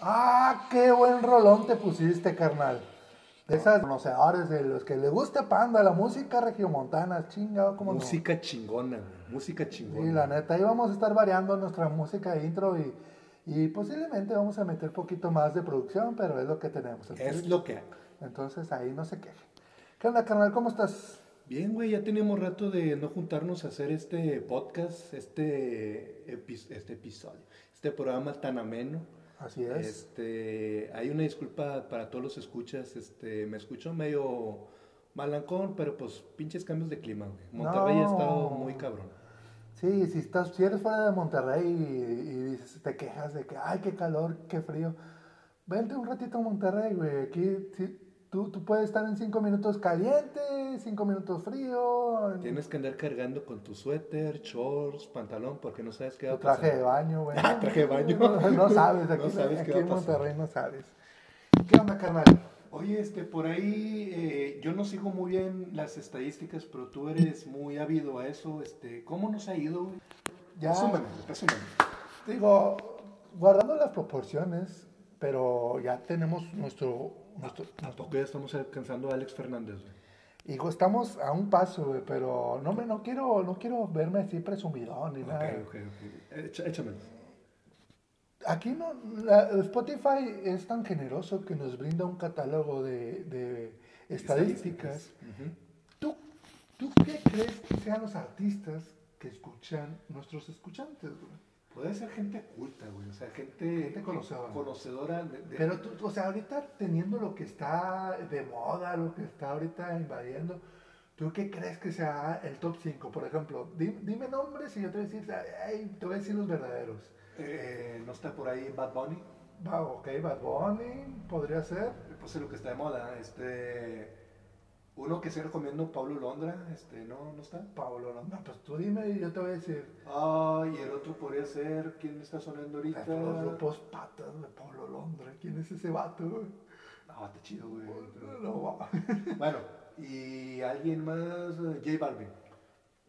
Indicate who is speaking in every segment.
Speaker 1: Ah, qué buen rolón te pusiste, carnal. De esas conocedores, de los que le gusta panda, la música regiomontana, chingado como
Speaker 2: música chingona, güey, música
Speaker 1: no.
Speaker 2: chingona.
Speaker 1: Y la neta, ahí vamos a estar variando nuestra música de intro y, y posiblemente vamos a meter poquito más de producción, pero es lo que tenemos.
Speaker 2: Es lo que hay.
Speaker 1: Entonces ahí no se queje. ¿Qué onda, carnal? ¿Cómo estás?
Speaker 2: Bien, güey, ya tenemos rato de no juntarnos a hacer este podcast, este, epi- este episodio, este programa tan ameno.
Speaker 1: Así es.
Speaker 2: Este, hay una disculpa para todos los escuchas, este, me escucho medio malancón, pero pues pinches cambios de clima, güey. Monterrey ha estado
Speaker 1: No.
Speaker 2: muy cabrón.
Speaker 1: Sí, si estás, si eres fuera de Monterrey y, y dices, te quejas de que, ay, qué calor, qué frío, vente un ratito a Monterrey, güey. Aquí sí, tú, tú puedes estar en cinco minutos caliente, cinco minutos frío, en
Speaker 2: Tienes que andar cargando con tu suéter, shorts, pantalón, porque no sabes qué va
Speaker 1: tu
Speaker 2: a pasar.
Speaker 1: traje de baño, güey.
Speaker 2: Ah, traje de baño.
Speaker 1: No, no sabes,
Speaker 2: No
Speaker 1: aquí,
Speaker 2: sabes
Speaker 1: aquí
Speaker 2: qué va a
Speaker 1: en
Speaker 2: pasar.
Speaker 1: Monterrey no sabes. ¿Qué onda, carnal?
Speaker 2: Oye, este, por ahí eh, yo no sigo muy bien las estadísticas, pero tú eres muy ávido a eso. Este, ¿Cómo nos ha ido? güey?
Speaker 1: Ya,
Speaker 2: Resúmeme, resúmeme.
Speaker 1: digo, guardando las proporciones, pero ya tenemos nuestro... nuestro
Speaker 2: Tampoco Ah, ya estamos alcanzando a Alex Fernández. güey.
Speaker 1: Hijo, estamos a un paso, güey, pero no, me, no, quiero, no quiero verme así presumido ni nada.
Speaker 2: Ok, ok, ok. Echa- échamelo.
Speaker 1: Aquí no, la- Spotify es tan generoso que nos brinda un catálogo de, de estadísticas.
Speaker 2: Ujú.
Speaker 1: ¿Tú, ¿Tú qué crees que sean los artistas que escuchan nuestros escuchantes, güey?
Speaker 2: Puede ser gente culta, güey. O sea, gente,
Speaker 1: Gente conocedora.
Speaker 2: conocedora de, de-
Speaker 1: Pero tú, o sea, ahorita teniendo lo que está de moda, lo que está ahorita invadiendo, ¿tú qué crees que sea el top 5? Por ejemplo, di- dime, nombres y yo te voy a decir, ay, te voy a decir los verdaderos.
Speaker 2: eh, no está por ahí Bad Bunny.
Speaker 1: Va, ok, Bad Bunny, podría ser.
Speaker 2: Pues es lo que está de moda. Este, uno que se recomiendo, Pablo Londra. Este, no, no está.
Speaker 1: Pablo, no, no, pues tú dime y yo te voy a decir.
Speaker 2: Ah, y el otro podría ser, ¿quién está sonando ahorita?
Speaker 1: Pero Los grupos patas de Pablo Londra, ¿quién es ese vato? güey?
Speaker 2: Ah, está chido, güey.
Speaker 1: No, va.
Speaker 2: Bueno, y alguien más, eh, J Balvin.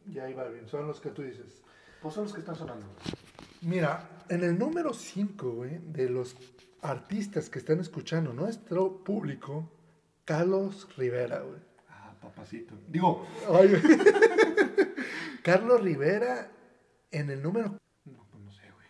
Speaker 1: Ya iba bien, son los que tú dices.
Speaker 2: Pues son los que están sonando.
Speaker 1: Mira, en el número 5, de los artistas que están escuchando nuestro público, Carlos Rivera, güey.
Speaker 2: Ah, papacito. Digo,
Speaker 1: Carlos Rivera en el número...
Speaker 2: no, pues no sé, güey.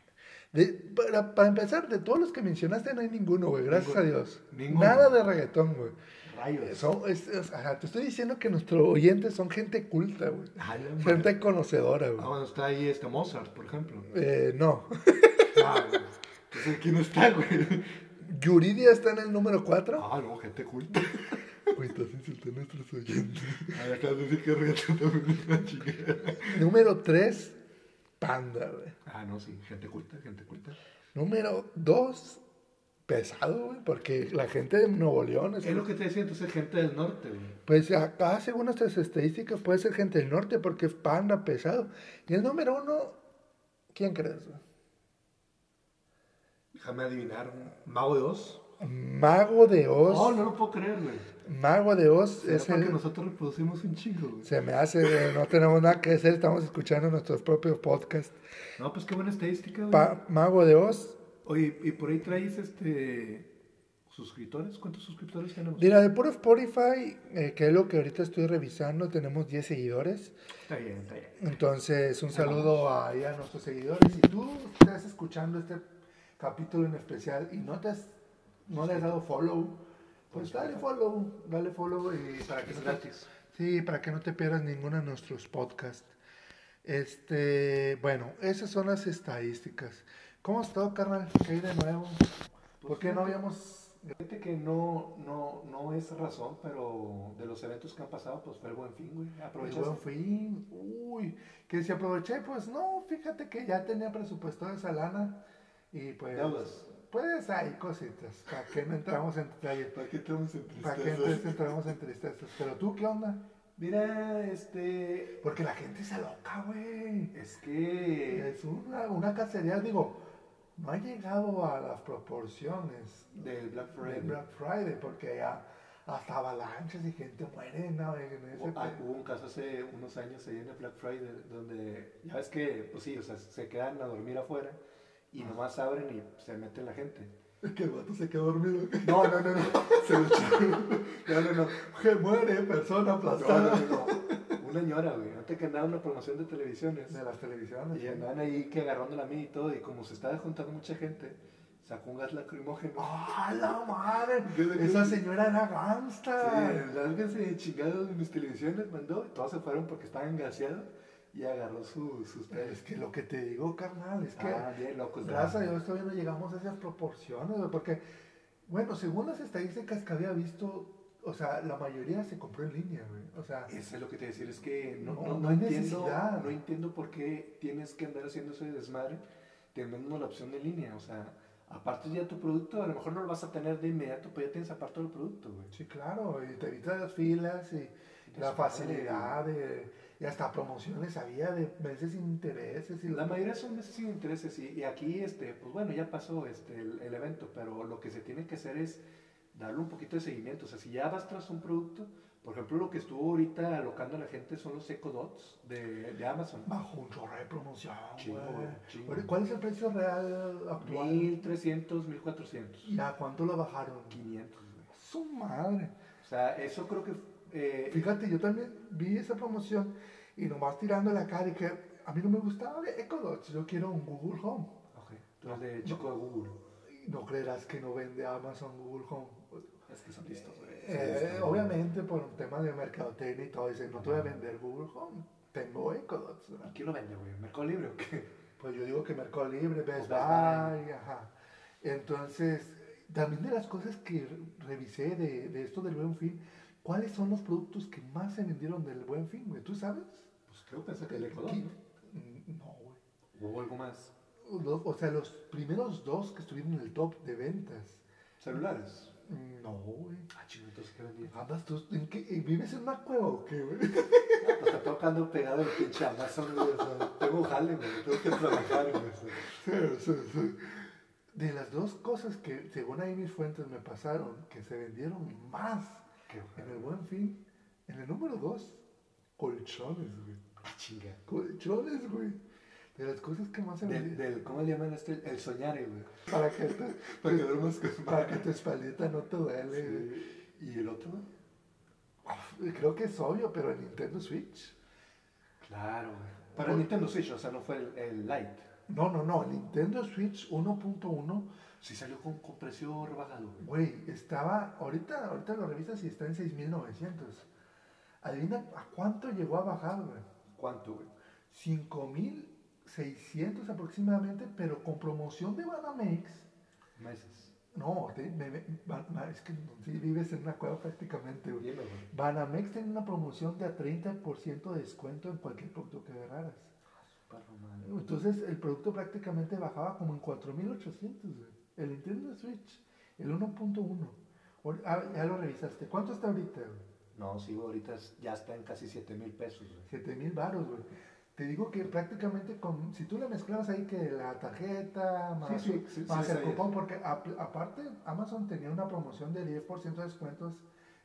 Speaker 1: de- para, para empezar, de todos los que mencionaste no hay ninguno, güey, gracias
Speaker 2: Ninguno.
Speaker 1: a Dios.
Speaker 2: Ninguno.
Speaker 1: Nada de reggaetón, güey.
Speaker 2: Rayos.
Speaker 1: Son- es- es- ajá, te estoy diciendo que nuestros oyentes son gente culta, güey.
Speaker 2: Ah, la madre.
Speaker 1: Gente conocedora,
Speaker 2: Ah,
Speaker 1: güey.
Speaker 2: bueno, está ahí este Mozart, por ejemplo.
Speaker 1: Eh, no.
Speaker 2: Ah, güey. Entonces, ¿quién está, güey?
Speaker 1: Yuridia está en el número 4.
Speaker 2: Ah, no, gente culta.
Speaker 1: Güey, estás insultando a nuestros oyentes.
Speaker 2: Ay, Acabas de decir que reggaetón también es una chingada.
Speaker 1: Número 3, Panda, güey.
Speaker 2: Ah, no, sí, gente culta, gente culta.
Speaker 1: Número 2, pesado, güey, porque la gente de Nuevo León es...
Speaker 2: Es lo que te decía entonces, gente del norte, güey.
Speaker 1: Pues acá, según nuestras estadísticas, puede ser gente del norte porque es panda pesado. Y el número 1, ¿quién crees? güey?
Speaker 2: Déjame adivinar, Mago de Oz.
Speaker 1: Mago de Oz.
Speaker 2: Oh, no lo puedo creer, güey.
Speaker 1: Mago Pues, de Oz
Speaker 2: Es
Speaker 1: es
Speaker 2: porque
Speaker 1: el...
Speaker 2: nosotros reproducimos un chingo, güey.
Speaker 1: Se me hace, güey, no tenemos nada que hacer, estamos escuchando nuestros propios podcasts.
Speaker 2: No, pues qué buena estadística, güey.
Speaker 1: Pa- Mago de Oz.
Speaker 2: Oye, y por ahí traes este. suscriptores. ¿Cuántos suscriptores tenemos?
Speaker 1: Mira, de puro Spotify, eh, que es lo que ahorita estoy revisando, tenemos 10 seguidores.
Speaker 2: Está bien, está bien.
Speaker 1: Entonces, un
Speaker 2: Ahí vamos.
Speaker 1: saludo ahí a nuestros seguidores. Si tú estás escuchando este capítulo en especial y no te has- no le has dado follow, pues dale follow, dale follow y para que no
Speaker 2: Es
Speaker 1: te-
Speaker 2: gratis.
Speaker 1: Sí, para que no te pierdas ninguno de nuestros podcasts. Este, bueno, esas son las estadísticas. ¿Cómo has estado, carnal? ¿Qué hay de nuevo? ¿Por qué no habíamos
Speaker 2: Fíjate que no, no, no es razón, pero de los eventos que han pasado, pues fue el buen fin, güey.
Speaker 1: El buen
Speaker 2: Aprovechaste.
Speaker 1: fin, uy, que si aproveché, pues no, fíjate que ya tenía presupuesto de esa lana y pues...
Speaker 2: Deudas.
Speaker 1: Pues hay cositas, para que no entramos en detalles,
Speaker 2: ¿Para qué estamos en
Speaker 1: para que entonces entramos en tristezas. Pero tú, ¿qué onda?
Speaker 2: Mira, este.
Speaker 1: Porque la gente se loca, güey.
Speaker 2: Es que.
Speaker 1: Es una, una cacería, digo, no ha llegado a las proporciones
Speaker 2: Del Black Friday.
Speaker 1: de Black Friday, porque ya hasta avalanchas y gente muere ¿no? en ese...
Speaker 2: Hubo- ah,
Speaker 1: pe-
Speaker 2: hubo un caso hace unos años ahí en el Black Friday donde ya ves que, pues sí, o sea, se quedan a dormir afuera y nomás abren y se mete la gente.
Speaker 1: Que el vato se quedó dormido. No, no, no, no. Se lo echaron. No, no, no. Que muere, persona aplastada.
Speaker 2: No, no, no. Una ñora, güey. Antes que andaba una promoción de televisiones.
Speaker 1: De las televisiones.
Speaker 2: Y andaban ahí que agarrándola a mí y todo. Y como se estaba juntando mucha gente, sacó un gas lacrimógeno.
Speaker 1: ¡Ah, la madre! Esa señora era gangsta.
Speaker 2: Sí, lárguense de chingados de mis televisiones, mandó. Y todos se fueron porque estaban gaseados y agarró su, sus
Speaker 1: Es que lo que te digo, carnal, es que. pues,
Speaker 2: Ah, bien loco,
Speaker 1: Gracias a Dios todavía no llegamos a esas proporciones, güey, porque, bueno, según las estadísticas que había visto, o sea, la mayoría se compró en línea, güey. O sea,
Speaker 2: Eso es lo que te decir, es que no,
Speaker 1: No,
Speaker 2: no, no
Speaker 1: no hay
Speaker 2: entiendo,
Speaker 1: necesidad.
Speaker 2: no entiendo por qué tienes que andar haciendo ese desmadre teniendo la opción de línea. O sea, aparte ya tu producto, a lo mejor no lo vas a tener de inmediato, pero ya tienes aparte el producto, güey.
Speaker 1: sí, claro, y te evitas las filas y la facilidad
Speaker 2: eh,
Speaker 1: de- y hasta promociones había de meses sin intereses y
Speaker 2: La mayoría son meses sin intereses y, y aquí, este, pues bueno, ya pasó este, el, el evento, pero lo que se tiene que hacer es darle un poquito de seguimiento. O sea, si ya vas tras un producto, por ejemplo, lo que estuvo ahorita alocando a la gente son los Echo Dots de, de Amazon.
Speaker 1: bajo un chorro de promoción,
Speaker 2: Chingo,
Speaker 1: güey.
Speaker 2: chingo.
Speaker 1: Pero, ¿Cuál es el precio real actual?
Speaker 2: 1300, 1400,
Speaker 1: ¿Y a cuánto lo bajaron?
Speaker 2: 500. güey.
Speaker 1: Su madre.
Speaker 2: O sea, eso creo que... eh,
Speaker 1: Fíjate, yo también vi esa promoción y nomás tirando la cara y que a mí no me gustaba de Echo Dots, yo quiero un Google Home.
Speaker 2: ok, tú eres de chico de Google.
Speaker 1: Y No creerás que no vende Amazon Google Home.
Speaker 2: Es que son listos, güey. Sí,
Speaker 1: Eh,
Speaker 2: este,
Speaker 1: obviamente por un tema de mercadotecnia y todo, dicen, no te voy a vender Google Home, tengo Echo Dots. ¿verdad?
Speaker 2: ¿Y quién lo vende, güey? ¿Mercado Libre o qué?
Speaker 1: Pues yo digo que Mercado Libre, Best
Speaker 2: Best Buy.
Speaker 1: Buy, ajá. Entonces, también de las cosas que re- revisé de, de esto del Buen Fin, ¿cuáles son los productos que más se vendieron del Buen Fin, güey? ¿Tú sabes?
Speaker 2: Pues creo pensé que el Echo Dot,
Speaker 1: Qui-
Speaker 2: ¿no?
Speaker 1: Mm, No, güey.
Speaker 2: ¿O algo más?
Speaker 1: Lo- O sea, los primeros dos que estuvieron en el top de ventas.
Speaker 2: ¿Celulares?
Speaker 1: mm, No, güey.
Speaker 2: Ah, chingo, entonces ¿qué vendía?
Speaker 1: Andas tú, ¿en qué? ¿Y ¿Vives en una cueva o qué, güey?
Speaker 2: Pues está tocando pegado el pinche Amazon, güey. o sea, tengo un jale, güey. Tengo que trabajar, güey. o sea.
Speaker 1: Sí, sí, sí. De las dos cosas que, según ahí mis fuentes me pasaron, que se vendieron más
Speaker 2: Qué
Speaker 1: En
Speaker 2: bueno.
Speaker 1: el buen fin, en el número 2, colchones, güey.
Speaker 2: Ah, chinga.
Speaker 1: Colchones, güey. De las cosas que más se
Speaker 2: Del,
Speaker 1: venden.
Speaker 2: del, ¿cómo le llaman este? El soñare, güey.
Speaker 1: Para que, te-
Speaker 2: Para que duermas con
Speaker 1: para que tu espaldita no te duele. güey.
Speaker 2: Sí. ¿Y el otro?
Speaker 1: Uf, Creo que es obvio, pero el Nintendo Switch.
Speaker 2: Claro, güey. Para Nintendo Switch, o sea, no fue el, el Lite.
Speaker 1: No, no, no. El Nintendo Switch 1.1,
Speaker 2: Sí salió con, con precio rebajado, güey.
Speaker 1: güey, estaba. Ahorita, ahorita lo revisas y está en 6.900. Adivina a cuánto llegó a bajar, güey.
Speaker 2: ¿Cuánto, güey?
Speaker 1: 5.600 aproximadamente, pero con promoción de Banamex.
Speaker 2: Meses.
Speaker 1: No, te- me- me- va- va- es que sí vives en una cueva prácticamente, güey.
Speaker 2: Dime, güey.
Speaker 1: Banamex tiene una promoción de a 30% de descuento en cualquier producto que agarraras.
Speaker 2: Perro madre.
Speaker 1: Entonces, el producto prácticamente bajaba como en 4.800, güey. El Nintendo Switch, el 1.1. Ahor- ah, ya lo revisaste. ¿Cuánto está ahorita, güey?
Speaker 2: No, sí, güey, ahorita es- ya está en casi 7 mil pesos, güey.
Speaker 1: 7.000 baros, güey. Te digo que prácticamente, con, si tú le mezclabas ahí que la tarjeta, más,
Speaker 2: sí, sí,
Speaker 1: más
Speaker 2: sí,
Speaker 1: el
Speaker 2: sí.
Speaker 1: cupón, porque apl- aparte Amazon tenía una promoción de 10% de descuentos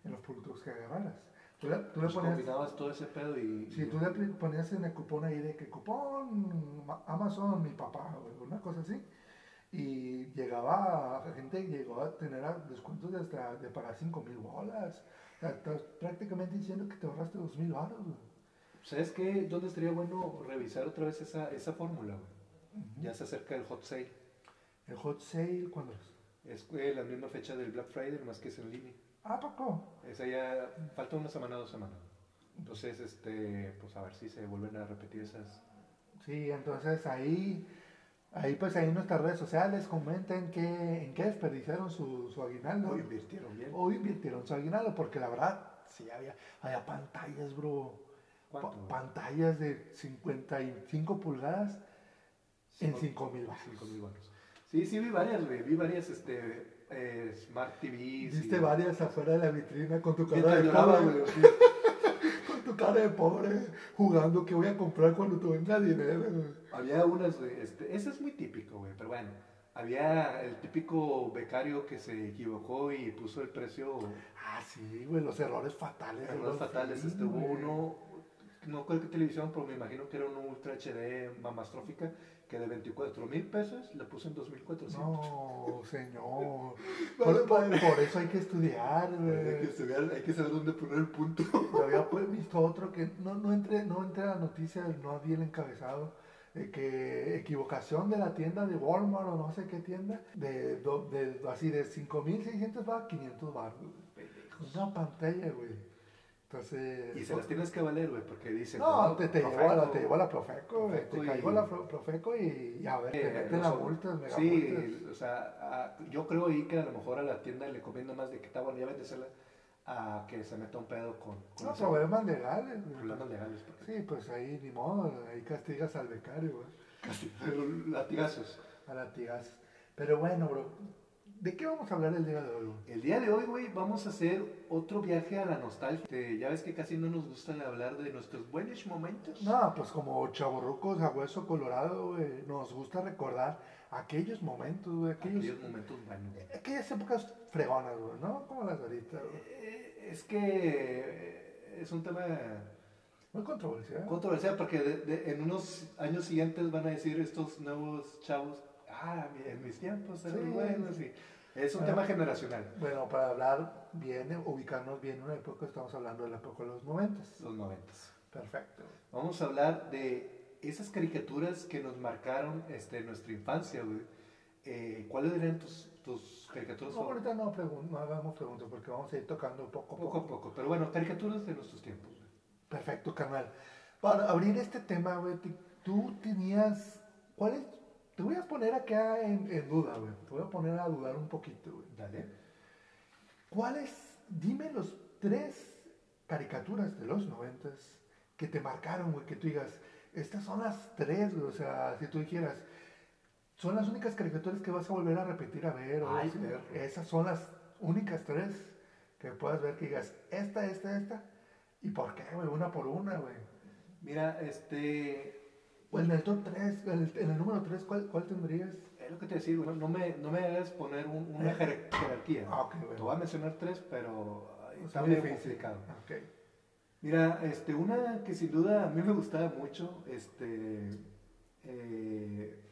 Speaker 1: en los productos que agarraras. Tú le, tú le
Speaker 2: Pues
Speaker 1: ponías,
Speaker 2: combinabas todo ese pedo y...
Speaker 1: si tú le pl- ponías en el cupón ahí de que cupón Ma- Amazon, mi papá, güey, una cosa así, y llegaba, la gente llegó a tener a- descuentos de, hasta, de pagar 5.000 bolas. O sea, estás prácticamente diciendo que te ahorraste 2.000 baros, güey.
Speaker 2: ¿Sabes qué? ¿Dónde estaría bueno revisar otra vez esa, esa fórmula, güey?
Speaker 1: Ujú.
Speaker 2: Ya se acerca el hot sale.
Speaker 1: El hot sale, ¿cuándo es?
Speaker 2: Es eh, la misma fecha del Black Friday, más que es en línea.
Speaker 1: Ah, Paco.
Speaker 2: Esa ya falta una semana, dos semanas. Entonces, este, pues a ver si se vuelven a repetir esas.
Speaker 1: Sí, entonces ahí, ahí pues ahí en nuestras redes sociales comenten que, en qué desperdiciaron su, su aguinaldo.
Speaker 2: O invirtieron bien.
Speaker 1: O invirtieron su aguinaldo, porque la verdad, sí había, había pantallas, bro. Pa-
Speaker 2: ¿Cuánto? güey?
Speaker 1: pantallas de 55 pulgadas en 5
Speaker 2: Cinco-
Speaker 1: mil baros.
Speaker 2: Cinco mil baros. Sí, sí, vi varias, güey. Vi varias, este, eh, Smart TVs.
Speaker 1: Viste
Speaker 2: y-
Speaker 1: varias afuera de la vitrina con tu cara
Speaker 2: Mientras
Speaker 1: de
Speaker 2: lloraba,
Speaker 1: pobre,
Speaker 2: güey.
Speaker 1: con tu cara de pobre, jugando que voy a comprar cuando tú venga dinero.
Speaker 2: Había unas, güey, este, ese es muy típico, güey, pero bueno. Había el típico becario que se equivocó y puso el precio
Speaker 1: Ah, sí, güey, los errores fatales.
Speaker 2: errores
Speaker 1: los
Speaker 2: fatales.
Speaker 1: fin,
Speaker 2: Este, hubo
Speaker 1: güey.
Speaker 2: uno no creo que televisión, pero me imagino que era una Ultra HD mamastrófica que de 24 mil pesos la puse en 2.400.
Speaker 1: No, señor.
Speaker 2: Vale,
Speaker 1: por, por-
Speaker 2: padre.
Speaker 1: por eso hay que estudiar,
Speaker 2: Hay que
Speaker 1: güey.
Speaker 2: estudiar, hay que saber dónde poner el punto.
Speaker 1: Yo había pues, visto otro que no, no entré, no entré a la noticia, no había el encabezado. de que equivocación de la tienda de Walmart o no sé qué tienda, de, do- de- así de 5.600 va a 500 bar, güey. Una pantalla, güey. Entonces.
Speaker 2: Y se las tienes que valer, güey, porque dicen. "Pues,
Speaker 1: No, te, te, llevó a la, te llevó a la Profeco, güey.
Speaker 2: Profeco
Speaker 1: Te
Speaker 2: y-
Speaker 1: cayó a la Pro- Profeco y, y a ver, te
Speaker 2: Eh,
Speaker 1: meten
Speaker 2: los-
Speaker 1: las multas, mega multas.
Speaker 2: Sí, o sea, a- yo creo ahí que a lo mejor a la tienda le conviene más de que está bueno ya vendésela a que se meta un pedo con, con
Speaker 1: No,
Speaker 2: ese-
Speaker 1: problemas legales, güey.
Speaker 2: problemas legales. porque-
Speaker 1: Sí, pues ahí ni modo, ahí castigas al becario, güey.
Speaker 2: Latigazos.
Speaker 1: A latigas. Pero bueno, bro, ¿de qué vamos a hablar el día de hoy? güey?
Speaker 2: El día de hoy, güey, vamos a hacer otro viaje a la nostalgia. Este, ya ves que casi no nos gusta hablar de nuestros buenos momentos.
Speaker 1: No, pues como chavorrucos a hueso colorado, güey, nos gusta recordar aquellos momentos, güey, aquellos,
Speaker 2: Aquellos momentos buenos. Eh,
Speaker 1: aquellas épocas fregonas, güey, ¿no? Como las de ahorita, güey.
Speaker 2: Eh, Es que eh, es un tema
Speaker 1: Muy controversial.
Speaker 2: controversial porque de- de- en unos años siguientes van a decir estos nuevos chavos, ah, mi- en mis tiempos eran
Speaker 1: Sí. Ah.
Speaker 2: buenos. y- es un
Speaker 1: Bueno.
Speaker 2: tema generacional.
Speaker 1: Bueno, para hablar bien, ubicarnos bien en una época, estamos hablando de la época de los noventas.
Speaker 2: Los noventas.
Speaker 1: Perfecto.
Speaker 2: Vamos a hablar de esas caricaturas que nos marcaron este, nuestra infancia, güey. Eh, ¿Cuáles eran tus, tus caricaturas
Speaker 1: No,
Speaker 2: favoritas?
Speaker 1: ahorita no, pregun- no hagamos preguntas porque vamos a ir tocando poco a
Speaker 2: Poco a
Speaker 1: poco.
Speaker 2: poco, pero bueno, caricaturas de nuestros tiempos. güey.
Speaker 1: Perfecto, carnal. Para abrir este tema, güey, te- tú tenías... ¿Cuál es? Te voy a poner acá en, en duda, güey. Te voy a poner a dudar un poquito, güey.
Speaker 2: Dale.
Speaker 1: ¿Cuáles? Dime los tres caricaturas de los noventas que te marcaron, güey, que tú digas, estas son las tres, güey, o sea, si tú dijeras, son las únicas caricaturas que vas a volver a repetir a ver, o
Speaker 2: Ay,
Speaker 1: así,
Speaker 2: perro.
Speaker 1: esas son las únicas tres que puedas ver que digas, esta, esta, esta, y por qué, güey, una por una, güey.
Speaker 2: Mira, este.
Speaker 1: O en el top 3, en el número 3, ¿cuál, cuál tendrías?
Speaker 2: Es lo que te decía, güey, no, no me, no me hagas poner un- una
Speaker 1: Eh.
Speaker 2: jer- jerarquía.
Speaker 1: Ah, ok,
Speaker 2: Te
Speaker 1: bueno.
Speaker 2: voy a mencionar tres, pero ay,
Speaker 1: Es
Speaker 2: está
Speaker 1: muy
Speaker 2: muy
Speaker 1: difícil.
Speaker 2: complicado.
Speaker 1: Ok.
Speaker 2: Mira, este, una que sin duda a mí me gustaba mucho, este, eh,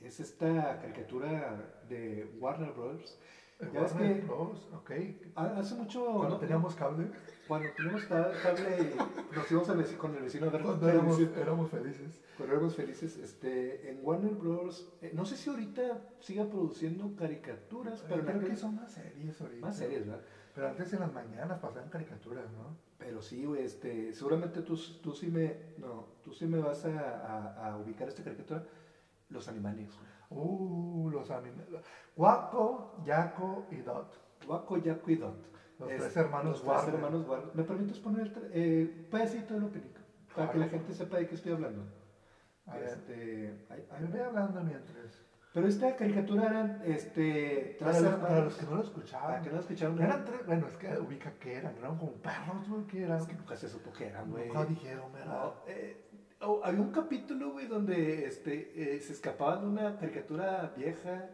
Speaker 2: es esta caricatura de Warner Bros.
Speaker 1: El
Speaker 2: Ya ves
Speaker 1: Warner
Speaker 2: que-
Speaker 1: Bros, ok.
Speaker 2: Ha- Hace mucho,
Speaker 1: Cuando
Speaker 2: no-
Speaker 1: teníamos cable,
Speaker 2: cuando teníamos ta- cable, nos íbamos al veci- con el vecino a ver
Speaker 1: cuando éramos,
Speaker 2: televisión,
Speaker 1: éramos felices.
Speaker 2: cuando éramos felices, este, en Warner Bros. eh, no sé si ahorita siga produciendo caricaturas, pero
Speaker 1: Pero
Speaker 2: en
Speaker 1: creo
Speaker 2: aquel-
Speaker 1: que son más series ahorita.
Speaker 2: más series, ¿verdad?
Speaker 1: Pero antes en las mañanas pasaban caricaturas, ¿no?
Speaker 2: Pero sí, güey, este, seguramente tú, tú sí me, no, tú sí me vas a, a- a ubicar esta caricatura, los animales, güey.
Speaker 1: Uh, los animales. Guaco, Yaco y Dot.
Speaker 2: Waco, Yaco y Dot.
Speaker 1: Los
Speaker 2: Es-
Speaker 1: tres hermanos
Speaker 2: los
Speaker 1: Warner.
Speaker 2: tres hermanos Warner. ¿Me permites poner tre- eh, un pedacito de lo película? Para que la
Speaker 1: Claro.
Speaker 2: gente sepa de qué estoy hablando.
Speaker 1: A ver.
Speaker 2: Este, ay,
Speaker 1: Ahí voy
Speaker 2: ay,
Speaker 1: hablando mientras.
Speaker 2: pero esta caricatura eran este,
Speaker 1: Para
Speaker 2: tres
Speaker 1: los, para los
Speaker 2: hermanos.
Speaker 1: que no lo
Speaker 2: Para
Speaker 1: escuchaban.
Speaker 2: que no escucharon,
Speaker 1: Eran tres, bueno, es que ubica que eran, eran como perros, güey, que eran.
Speaker 2: es que nunca se supo que eran, güey.
Speaker 1: Nunca dijeron, ¿verdad?
Speaker 2: No, eh, oh, había un capítulo, güey, donde este, eh, se escapaban de una caricatura vieja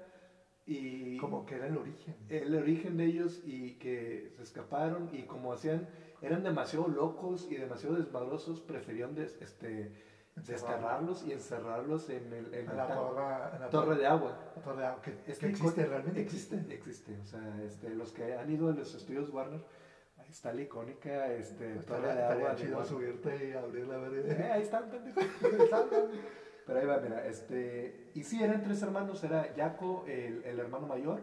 Speaker 2: y...
Speaker 1: Como que era el origen.
Speaker 2: el origen de ellos y que se escaparon y como hacían, eran demasiado locos y demasiado desmadrosos, preferían des- este, descargarlos y encerrarlos en, el, en
Speaker 1: En la
Speaker 2: ta-
Speaker 1: torre, en la
Speaker 2: torre de agua.
Speaker 1: la torre de agua, que,
Speaker 2: Es
Speaker 1: que
Speaker 2: que
Speaker 1: existe,
Speaker 2: con-
Speaker 1: realmente
Speaker 2: existe.
Speaker 1: existe.
Speaker 2: Existe, o sea, este, los que han ido a los estudios Warner, ahí está la icónica este, torre
Speaker 1: Estaría
Speaker 2: de
Speaker 1: estaría
Speaker 2: agua. de
Speaker 1: chido
Speaker 2: Warner.
Speaker 1: subirte y abrir la
Speaker 2: Eh,
Speaker 1: vereda.
Speaker 2: ahí están, pendejo. Pero ahí va, mira, este, y sí, eran tres hermanos, era Yaco, el, el hermano mayor,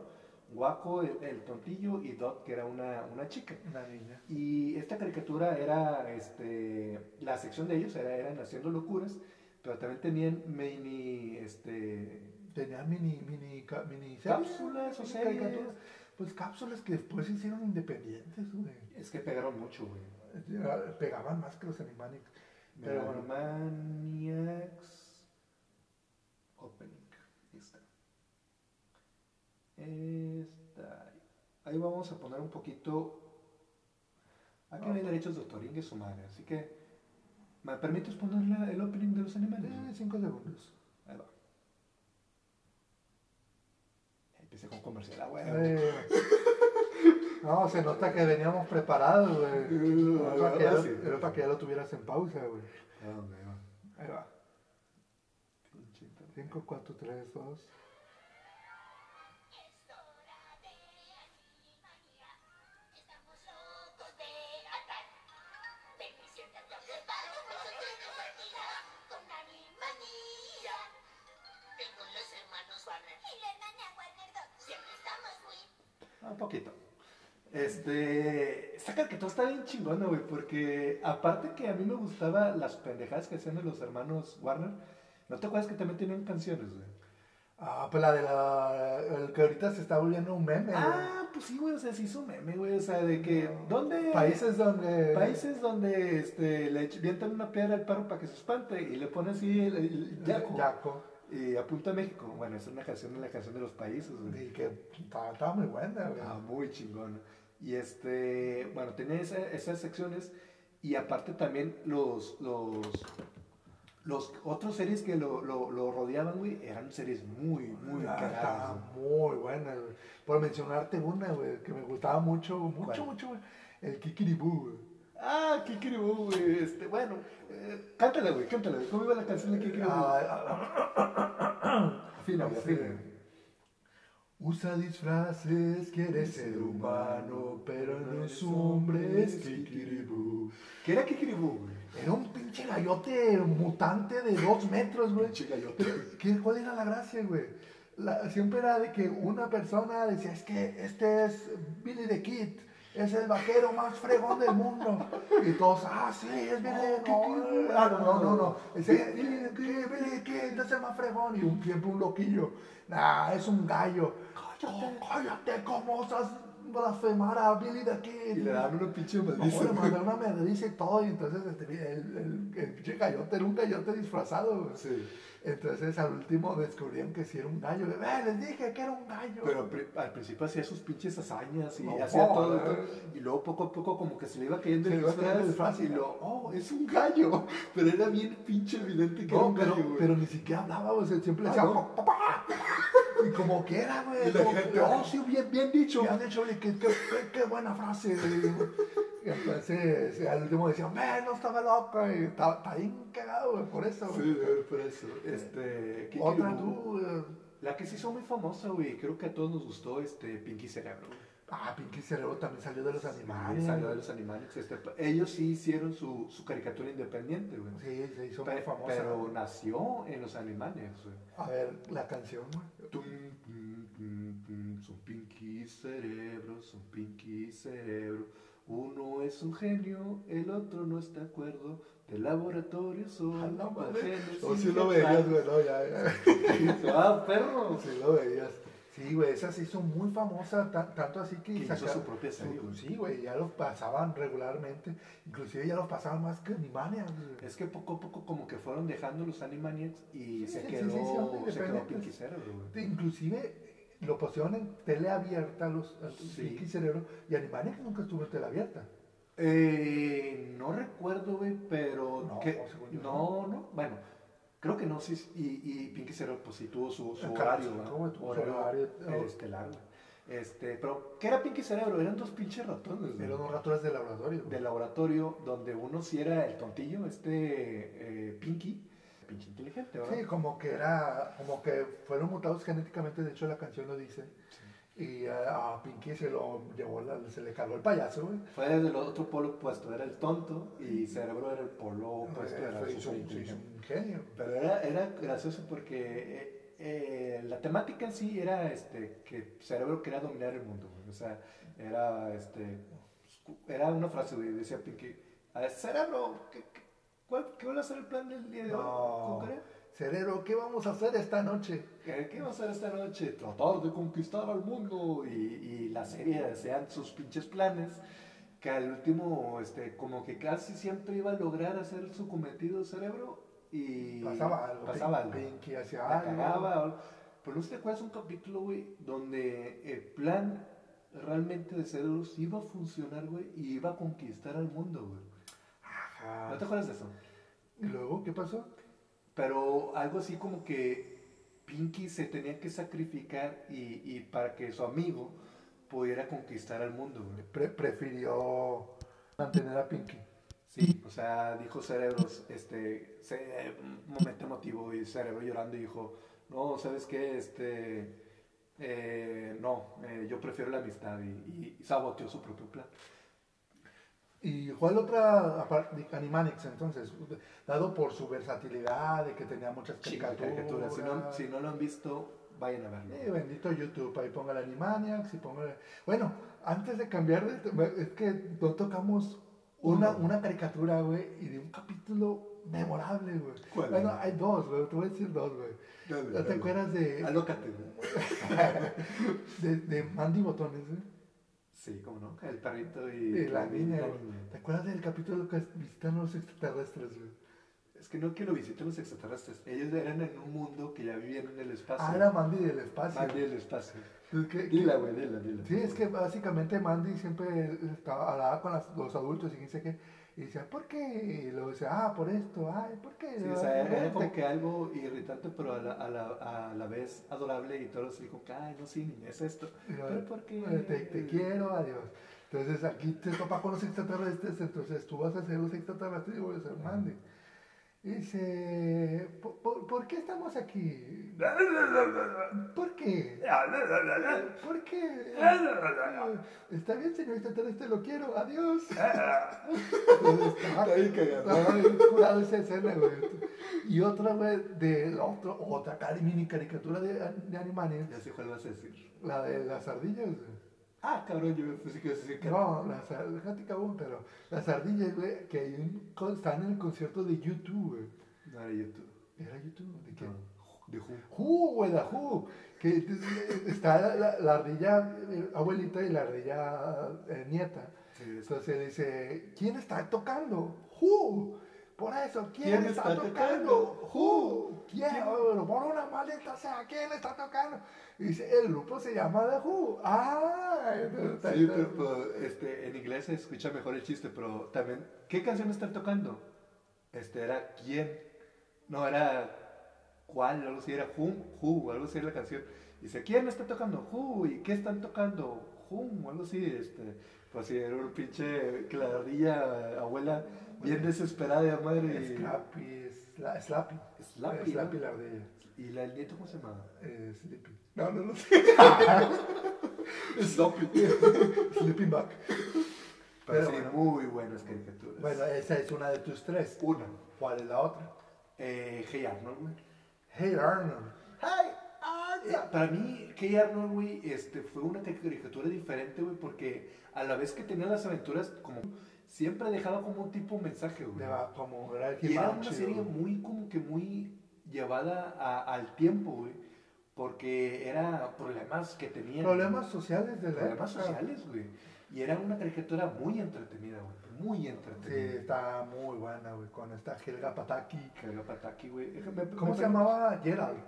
Speaker 2: Guaco, el, el tontillo, y Dot, que era una, una chica.
Speaker 1: Una niña.
Speaker 2: Y esta caricatura era, este, la sección de ellos era, eran haciendo locuras, pero también tenían mini, este,
Speaker 1: Tenía mini, mini, ca- mini
Speaker 2: Cápsulas o
Speaker 1: mini
Speaker 2: series.
Speaker 1: caricaturas. Pues cápsulas que después se hicieron independientes, güey.
Speaker 2: es que pegaron mucho, güey.
Speaker 1: Era- Pegaban más que los Animaniacs. Pero bueno.
Speaker 2: Maniacs Opening. Ahí está. Esta. Ahí vamos a poner un poquito. Aquí no hay derechos de autor, ingue su madre. Así que, ¿me permites poner la- el opening de los animales?
Speaker 1: Eh, cinco segundos.
Speaker 2: Ahí va. Empecé con comercial, ah, güey.
Speaker 1: Eh, No, se nota que veníamos preparados, güey. Era para que ya lo- Era para que ya lo tuvieras en pausa, güey.
Speaker 2: ¿A dónde va?
Speaker 1: Ahí va. 5, 4, 3, 2.
Speaker 3: Es hora de animanía. Estamos locos de atar. Bendición de Dios para nosotros de humanidad. Con animanía. Tengo los hermanos Warner. Y la hermana Warner 2. Siempre estamos muy
Speaker 2: Ah, Un poquito. Este, esta caricatura está bien chingona, güey, porque aparte que a mí me gustaba las pendejadas que hacían de los hermanos Warner, ¿no te acuerdas que también tenían canciones, güey?
Speaker 1: Ah, pues la de la. El que ahorita se está volviendo un meme.
Speaker 2: Ah, pues sí, güey, o sea, se hizo meme, güey, o sea, de que, ¿dónde?
Speaker 1: güey. Países donde.
Speaker 2: Países donde este, le ech- avientan una piedra al perro para que se espante y le pone así el, el yaco,
Speaker 1: Yaco.
Speaker 2: y apunta a México. Bueno, es una canción de la canción de los países, güey.
Speaker 1: Y que estaba, estaba muy buena, güey.
Speaker 2: Ah, muy chingona. Y este, bueno, tenía esa- esas secciones y aparte también los, los, los otros series que lo, lo- lo rodeaban, güey, eran series muy, muy
Speaker 1: Ah,
Speaker 2: cagadas.
Speaker 1: estaba
Speaker 2: güey.
Speaker 1: muy buena, güey. Por mencionarte una, güey, que me gustaba mucho, mucho,
Speaker 2: ¿Cuál?
Speaker 1: mucho, güey. El Kikiribú, güey.
Speaker 2: Ah, qué cribú, güey. Este, bueno, eh, cántala, güey, cántala. güey. ¿Cómo iba la canción de qué cribú?
Speaker 1: Ah, ah, ah,
Speaker 2: afina, güey,
Speaker 1: sí.
Speaker 2: afina, güey.
Speaker 1: Usa disfraces, quiere ser humano, pero no es hombre, es Kikiribú.
Speaker 2: ¿Qué era Kikiribú, güey?
Speaker 1: Era un pinche gallote mutante de dos metros, güey.
Speaker 2: Pinche
Speaker 1: Pero,
Speaker 2: gallote.
Speaker 1: ¿qué- ¿Cuál era la gracia, güey? La- siempre era de que una persona decía, es que este es Billy the Kid, es el vaquero más fregón del mundo. Y todos, ah, sí, es Billy the
Speaker 2: No, ¿qué- qué-
Speaker 1: Kid. Ah, no, no, no, no. Ese, Billy the Kid, Billy the Kid, es el más fregón. Y un, siempre un loquillo. Nah, es un gallo. Cállate, cállate, ¿cómo osas blasfemar a Billy the Kid?
Speaker 2: Y le daban una pinche
Speaker 1: No, le
Speaker 2: maldición. güey.
Speaker 1: mandó una medriza y todo, y entonces este, el, el, el pinche gallote era un gallote disfrazado. güey.
Speaker 2: Sí.
Speaker 1: Entonces al último descubrían que si era un gallo. ¡Eh, les dije que era un gallo.
Speaker 2: Pero pri- al principio hacía sus pinches hazañas y
Speaker 1: No,
Speaker 2: hacía
Speaker 1: oh,
Speaker 2: todo,
Speaker 1: eh.
Speaker 2: todo. Y luego poco a poco como que se le iba cayendo
Speaker 1: Se
Speaker 2: el
Speaker 1: le iba cayendo
Speaker 2: disfraz.
Speaker 1: el disfraz.
Speaker 2: Y luego, oh, es un gallo. Pero era bien pinche evidente que era
Speaker 1: no,
Speaker 2: un
Speaker 1: pero,
Speaker 2: gallo, güey.
Speaker 1: pero ni siquiera hablaba, o sea, siempre
Speaker 2: Ah,
Speaker 1: decía,
Speaker 2: ¿no?
Speaker 1: "Papá". Y como quiera, güey.
Speaker 2: Y la
Speaker 1: como
Speaker 2: gente,
Speaker 1: que,
Speaker 2: oh, sí, bien, bien dicho.
Speaker 1: Y han dicho, oye, qué, qué- qué- qué buena frase. Y entonces al último decían, "Ve, no estaba loco. Y estaba, está bien cagado, güey, por eso. güey.
Speaker 2: Sí, güey, por eso. Este, ¿qué
Speaker 1: Otra
Speaker 2: quiero?
Speaker 1: tú. güey.
Speaker 2: La que se hizo muy famosa, güey, creo que a todos nos gustó, este, Pinky Cerebro. güey.
Speaker 1: Ah, Pinky Cerebro también salió de los animales.
Speaker 2: Salió de los animales. este, ellos sí hicieron su, su caricatura independiente, güey.
Speaker 1: Sí, se hizo muy
Speaker 2: Pe-
Speaker 1: famosa.
Speaker 2: Pero nació en los animales, güey.
Speaker 1: A ver, la canción, güey.
Speaker 2: Tum, tum, tum, tum, Son Pinky Cerebro, son Pinky Cerebro. Uno es un genio, el otro no está de acuerdo. De laboratorio son
Speaker 1: A la madre.
Speaker 2: imágenes
Speaker 1: Ah, O si lo
Speaker 2: injertadas.
Speaker 1: veías, güey, no, ya, ya.
Speaker 2: Ah, perro.
Speaker 1: Sí, lo veías. Sí, güey, esa se hizo muy famosa, ta- tanto así que
Speaker 2: Que hizo
Speaker 1: sacaron-
Speaker 2: su propia serie, güey.
Speaker 1: Sí, güey, ya los pasaban regularmente, inclusive ya los pasaban más que Animania.
Speaker 2: Es que poco a poco como que fueron dejando los Animaniacs y
Speaker 1: Sí,
Speaker 2: se
Speaker 1: sí,
Speaker 2: quedó,
Speaker 1: sí, sí, son
Speaker 2: se quedó
Speaker 1: independientes.
Speaker 2: Pinky Cerebro, güey.
Speaker 1: Inclusive lo pusieron en tele abierta, los
Speaker 2: Sí.
Speaker 1: Pinky Cerebro, y Animania nunca estuvo en tele abierta.
Speaker 2: Eh, no recuerdo, güey, pero...
Speaker 1: No,
Speaker 2: que-
Speaker 1: según yo
Speaker 2: no, no, bueno, creo que no, sí, sí, y, y Pinky Cerebro pues sí tuvo su, su
Speaker 1: Claro,
Speaker 2: horario,
Speaker 1: sí,
Speaker 2: ¿verdad?
Speaker 1: tuvo su
Speaker 2: horario,
Speaker 1: horario,
Speaker 2: eh,
Speaker 1: no.
Speaker 2: estelar, güey. Este, pero, ¿qué era Pinky Cerebro? Eran dos pinches ratones, güey.
Speaker 1: Eran unos ratones de laboratorio. güey.
Speaker 2: de laboratorio, donde uno sí era el tontillo, este eh, Pinky, pinche inteligente, ¿verdad?
Speaker 1: Sí, como que era, como que fueron mutados genéticamente, de hecho la canción lo dice. Y eh, a Pinky se lo llevó, la- se le caló el payaso, güey.
Speaker 2: Fue desde el otro polo opuesto, era el tonto y cerebro era el polo opuesto, era
Speaker 1: Eh, Fue-
Speaker 2: súper
Speaker 1: hizo- hizo
Speaker 2: inteligente.
Speaker 1: un genio.
Speaker 2: Pero era, era gracioso porque eh, eh, la temática en sí era este, que cerebro quería dominar el mundo. güey. O sea, era, este, era una frase, güey, decía Pinky, "A ver, cerebro, ¿qué, qué, cuál, qué va a ser el plan del día de hoy?
Speaker 1: No.
Speaker 2: ¿Con Corea?
Speaker 1: Cerebro, ¿qué vamos a hacer esta noche?
Speaker 2: ¿Qué, qué va a hacer esta noche? Tratar de conquistar al mundo y, y la serie sean sus pinches planes. Que al último, este, como que casi siempre iba a lograr hacer su cometido cerebro y
Speaker 1: Pasaba algo.
Speaker 2: Pasaba
Speaker 1: Pin-
Speaker 2: algo.
Speaker 1: Pinky hacía
Speaker 2: La
Speaker 1: algo.
Speaker 2: cagaba, o- Pero no sé si te acuerdas un capítulo, güey, donde el plan realmente de cerebros iba a funcionar, güey, y iba a conquistar al mundo, güey.
Speaker 1: Ajá.
Speaker 2: ¿No te acuerdas de eso?
Speaker 1: ¿Y luego qué pasó?
Speaker 2: Pero algo así como que Pinky se tenía que sacrificar y, y para que su amigo pudiera conquistar al mundo, güey.
Speaker 1: Pre- prefirió mantener a Pinky.
Speaker 2: Sí, o sea, dijo cerebros, este, se- un momento emotivo y cerebro llorando y dijo, no, ¿sabes qué? Este, eh, no, eh, yo prefiero la amistad y, y saboteó su propio plan.
Speaker 1: ¿Y cuál otra apar- de Animaniacs entonces? Dado por su versatilidad, de que tenía muchas
Speaker 2: Chinga,
Speaker 1: caricaturas.
Speaker 2: caricatura. Si no, si no lo han visto, vayan a verlo.
Speaker 1: Eh, bendito YouTube, ahí ponga el Animaniacs y ponga... Bueno, antes de cambiar de... tema, Es que no tocamos una,
Speaker 2: Uno.
Speaker 1: una caricatura, güey, y de un capítulo memorable, güey.
Speaker 2: ¿Cuál?
Speaker 1: Bueno, hay dos, güey, te voy a decir dos, güey.
Speaker 2: Dale,
Speaker 1: ¿No te
Speaker 2: dale.
Speaker 1: acuerdas de,
Speaker 2: Alócate. güey.
Speaker 1: de, de Mandy Botones, güey?
Speaker 2: Sí, cómo no, el perrito y,
Speaker 1: De la niña,
Speaker 2: la
Speaker 1: güey. ¿Te acuerdas del capítulo que visitan los extraterrestres, güey?
Speaker 2: Es que no que lo visiten los extraterrestres. Ellos eran en un mundo que ya vivían en el espacio.
Speaker 1: Ah, era Mandy del espacio.
Speaker 2: Más del espacio.
Speaker 1: Es que-
Speaker 2: Dila, güey, dila, dila.
Speaker 1: Sí, es que básicamente Mandy siempre estaba, hablaba con las- los adultos y dice que y decía, ¿por qué? Y luego decía, ah, por esto, ay, ¿por qué?
Speaker 2: Sí, o sea, era como que algo irritante, pero a la, a la, a la vez adorable y todos así como que, ay, no, sí, niña, es esto.
Speaker 1: Y luego,
Speaker 2: Pero ¿por qué?
Speaker 1: "Eh, Te, te quiero, adiós. Entonces aquí te topa con los extraterrestres, entonces tú vas a ser los extraterrestres y voy a ser Mandy. Y dice, "¿Por- por, por qué estamos aquí? ¿Por qué? ¿Por qué?
Speaker 2: Ah,
Speaker 1: Está bien, señor extraterrestre, lo quiero, adiós. Entonces,
Speaker 2: Está bien cagado.
Speaker 1: estaba bien curado esa escena, güey. Y otra, güey, de la otra, otra cari- mini caricatura de, de Animaniacs,
Speaker 2: Ya sé cuál vas a decir.
Speaker 1: la de las ardillas, güey.
Speaker 2: Ah, cabrón, yo me puse que decir que
Speaker 1: No, las ar- déjate cabrón, pero las ardillas, güey, que hay un, con- están en el concierto de YouTube, güey.
Speaker 2: no era YouTube.
Speaker 1: ¿Era YouTube? ¿De qué?
Speaker 2: No. De Who.
Speaker 1: Who, güey, la Who. Que eh, está la, la- la ardilla eh, abuelita y la ardilla eh, nieta.
Speaker 2: Sí, es-
Speaker 1: Entonces le dice, ¿quién está tocando? Who. Por eso, ¿quién,
Speaker 2: ¿Quién
Speaker 1: está,
Speaker 2: está
Speaker 1: tocando?
Speaker 2: tocando?
Speaker 1: Who. ¿Quién? Oh, Bueno, por una maleta sea, ¿quién está tocando? Y dice, el grupo se llama The Who. Ah, entonces,
Speaker 2: Sí, pero, pero, este, en inglés se escucha mejor el chiste, pero también, ¿qué canción están tocando? Este, era ¿Quién? No, era ¿Cuál? Algo así, era Whom, Who, algo así era la canción. Dice, ¿Quién está tocando? Who, ¿y qué están tocando? Whom, algo así, este. Pues sí, era un pinche clarilla abuela bien desesperada de madre.
Speaker 1: Slappy, Sla- Slappy.
Speaker 2: Y, Slappy,
Speaker 1: Slappy
Speaker 2: ¿no?
Speaker 1: la ardilla.
Speaker 2: ¿Y la del nieto cómo se llama?
Speaker 1: Eh, Sleepy. No, no lo sé.
Speaker 2: Slappy.
Speaker 1: Sleeping Back.
Speaker 2: Pero
Speaker 1: Pero
Speaker 2: sí,
Speaker 1: bueno.
Speaker 2: muy buenas caricaturas.
Speaker 1: Bueno, esa es una de tus tres.
Speaker 2: una.
Speaker 1: ¿Cuál es la otra?
Speaker 2: Eh, Hey Arnold, güey.
Speaker 1: Hey Arnold. Hey
Speaker 2: Eh, Para mí, Key Arnold, güey, este, fue una caricatura diferente, güey, porque a la vez que tenía las aventuras, como siempre dejaba como un tipo mensaje, güey.
Speaker 1: como era el
Speaker 2: Y era
Speaker 1: He-Man
Speaker 2: una
Speaker 1: chido.
Speaker 2: serie muy, como que muy llevada a- al tiempo, güey, porque era problemas que tenían.
Speaker 1: Problemas sociales de la
Speaker 2: Problemas
Speaker 1: época.
Speaker 2: sociales, güey. Y era una caricatura muy entretenida, güey, muy
Speaker 1: Sí,
Speaker 2: entretenida.
Speaker 1: está muy buena, güey. Con esta Helga Pataki.
Speaker 2: Carga Pataki, güey. Déjame-
Speaker 1: ¿Cómo
Speaker 2: me-
Speaker 1: se llamaba? Gerald.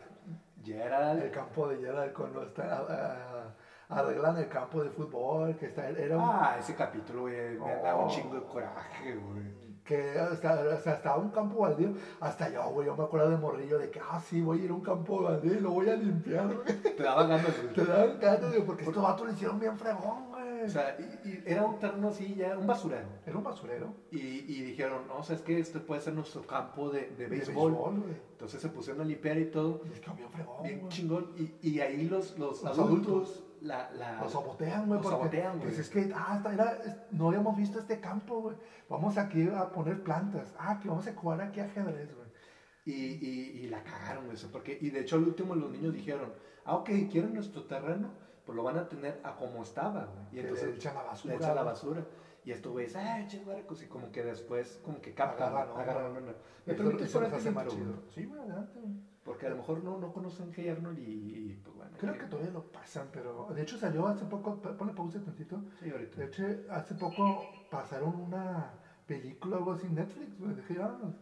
Speaker 2: Gerald.
Speaker 1: El campo de Gerald cuando está, ah, arreglan el campo de fútbol. Que está, era un
Speaker 2: Ah, ese capítulo, güey, me da
Speaker 1: Oh.
Speaker 2: un chingo de coraje, güey.
Speaker 1: que hasta, hasta, hasta un campo baldío, hasta yo, güey, yo me acuerdo de morrillo de que, ah, sí, voy a ir a un campo baldío y lo voy a limpiar, güey.
Speaker 2: Te daba ganas, güey.
Speaker 1: Te dan ganas, güey, porque estos vatos lo hicieron bien fregón, güey.
Speaker 2: O sea, y- y era un terreno así, ya, un basurero.
Speaker 1: era un basurero.
Speaker 2: Y, y dijeron, no, o sea, es que este puede ser nuestro campo de, de
Speaker 1: De
Speaker 2: béisbol.
Speaker 1: güey.
Speaker 2: Entonces se pusieron a limpiar y todo,
Speaker 1: Y Es que bien fregón,
Speaker 2: bien
Speaker 1: güey.
Speaker 2: chingón. Y, y ahí los, los,
Speaker 1: Los
Speaker 2: adultos, la, la-
Speaker 1: Los sabotean, güey.
Speaker 2: Los
Speaker 1: porque,
Speaker 2: sabotean, güey.
Speaker 1: Pues es que, ah, hasta era, es- no habíamos visto este campo, güey. Vamos aquí a poner plantas. Ah, que vamos a jugar aquí ajedrez, güey.
Speaker 2: y, y- y la cagaron, güey. o sea, Porque, y de hecho, al último los niños dijeron, ah, ok, quieren nuestro terreno, pues lo van a tener a como estaba, güey. Y
Speaker 1: Que
Speaker 2: entonces
Speaker 1: le echan la basura.
Speaker 2: le echa la
Speaker 1: güey.
Speaker 2: basura. Y esto, güey, es, ah, chis, barcos", Y como que después, como que captan,
Speaker 1: Agarran, ¿no?
Speaker 2: agarran. ¿no? ¿Me
Speaker 1: Eso-
Speaker 2: permites
Speaker 1: eso nos
Speaker 2: ponerte
Speaker 1: hace
Speaker 2: el
Speaker 1: más
Speaker 2: intro, güey?
Speaker 1: chido. Sí, güey, adelante, güey.
Speaker 2: Porque a lo mejor no, no conocen Hey Arnold y, y, pues bueno.
Speaker 1: Creo que todavía lo pasan, pero de hecho salió hace poco, p- ponle pausa tantito.
Speaker 2: Sí, ahorita.
Speaker 1: De hecho, hace poco pasaron una película o algo así en Netflix, güey, de Hey Arnold.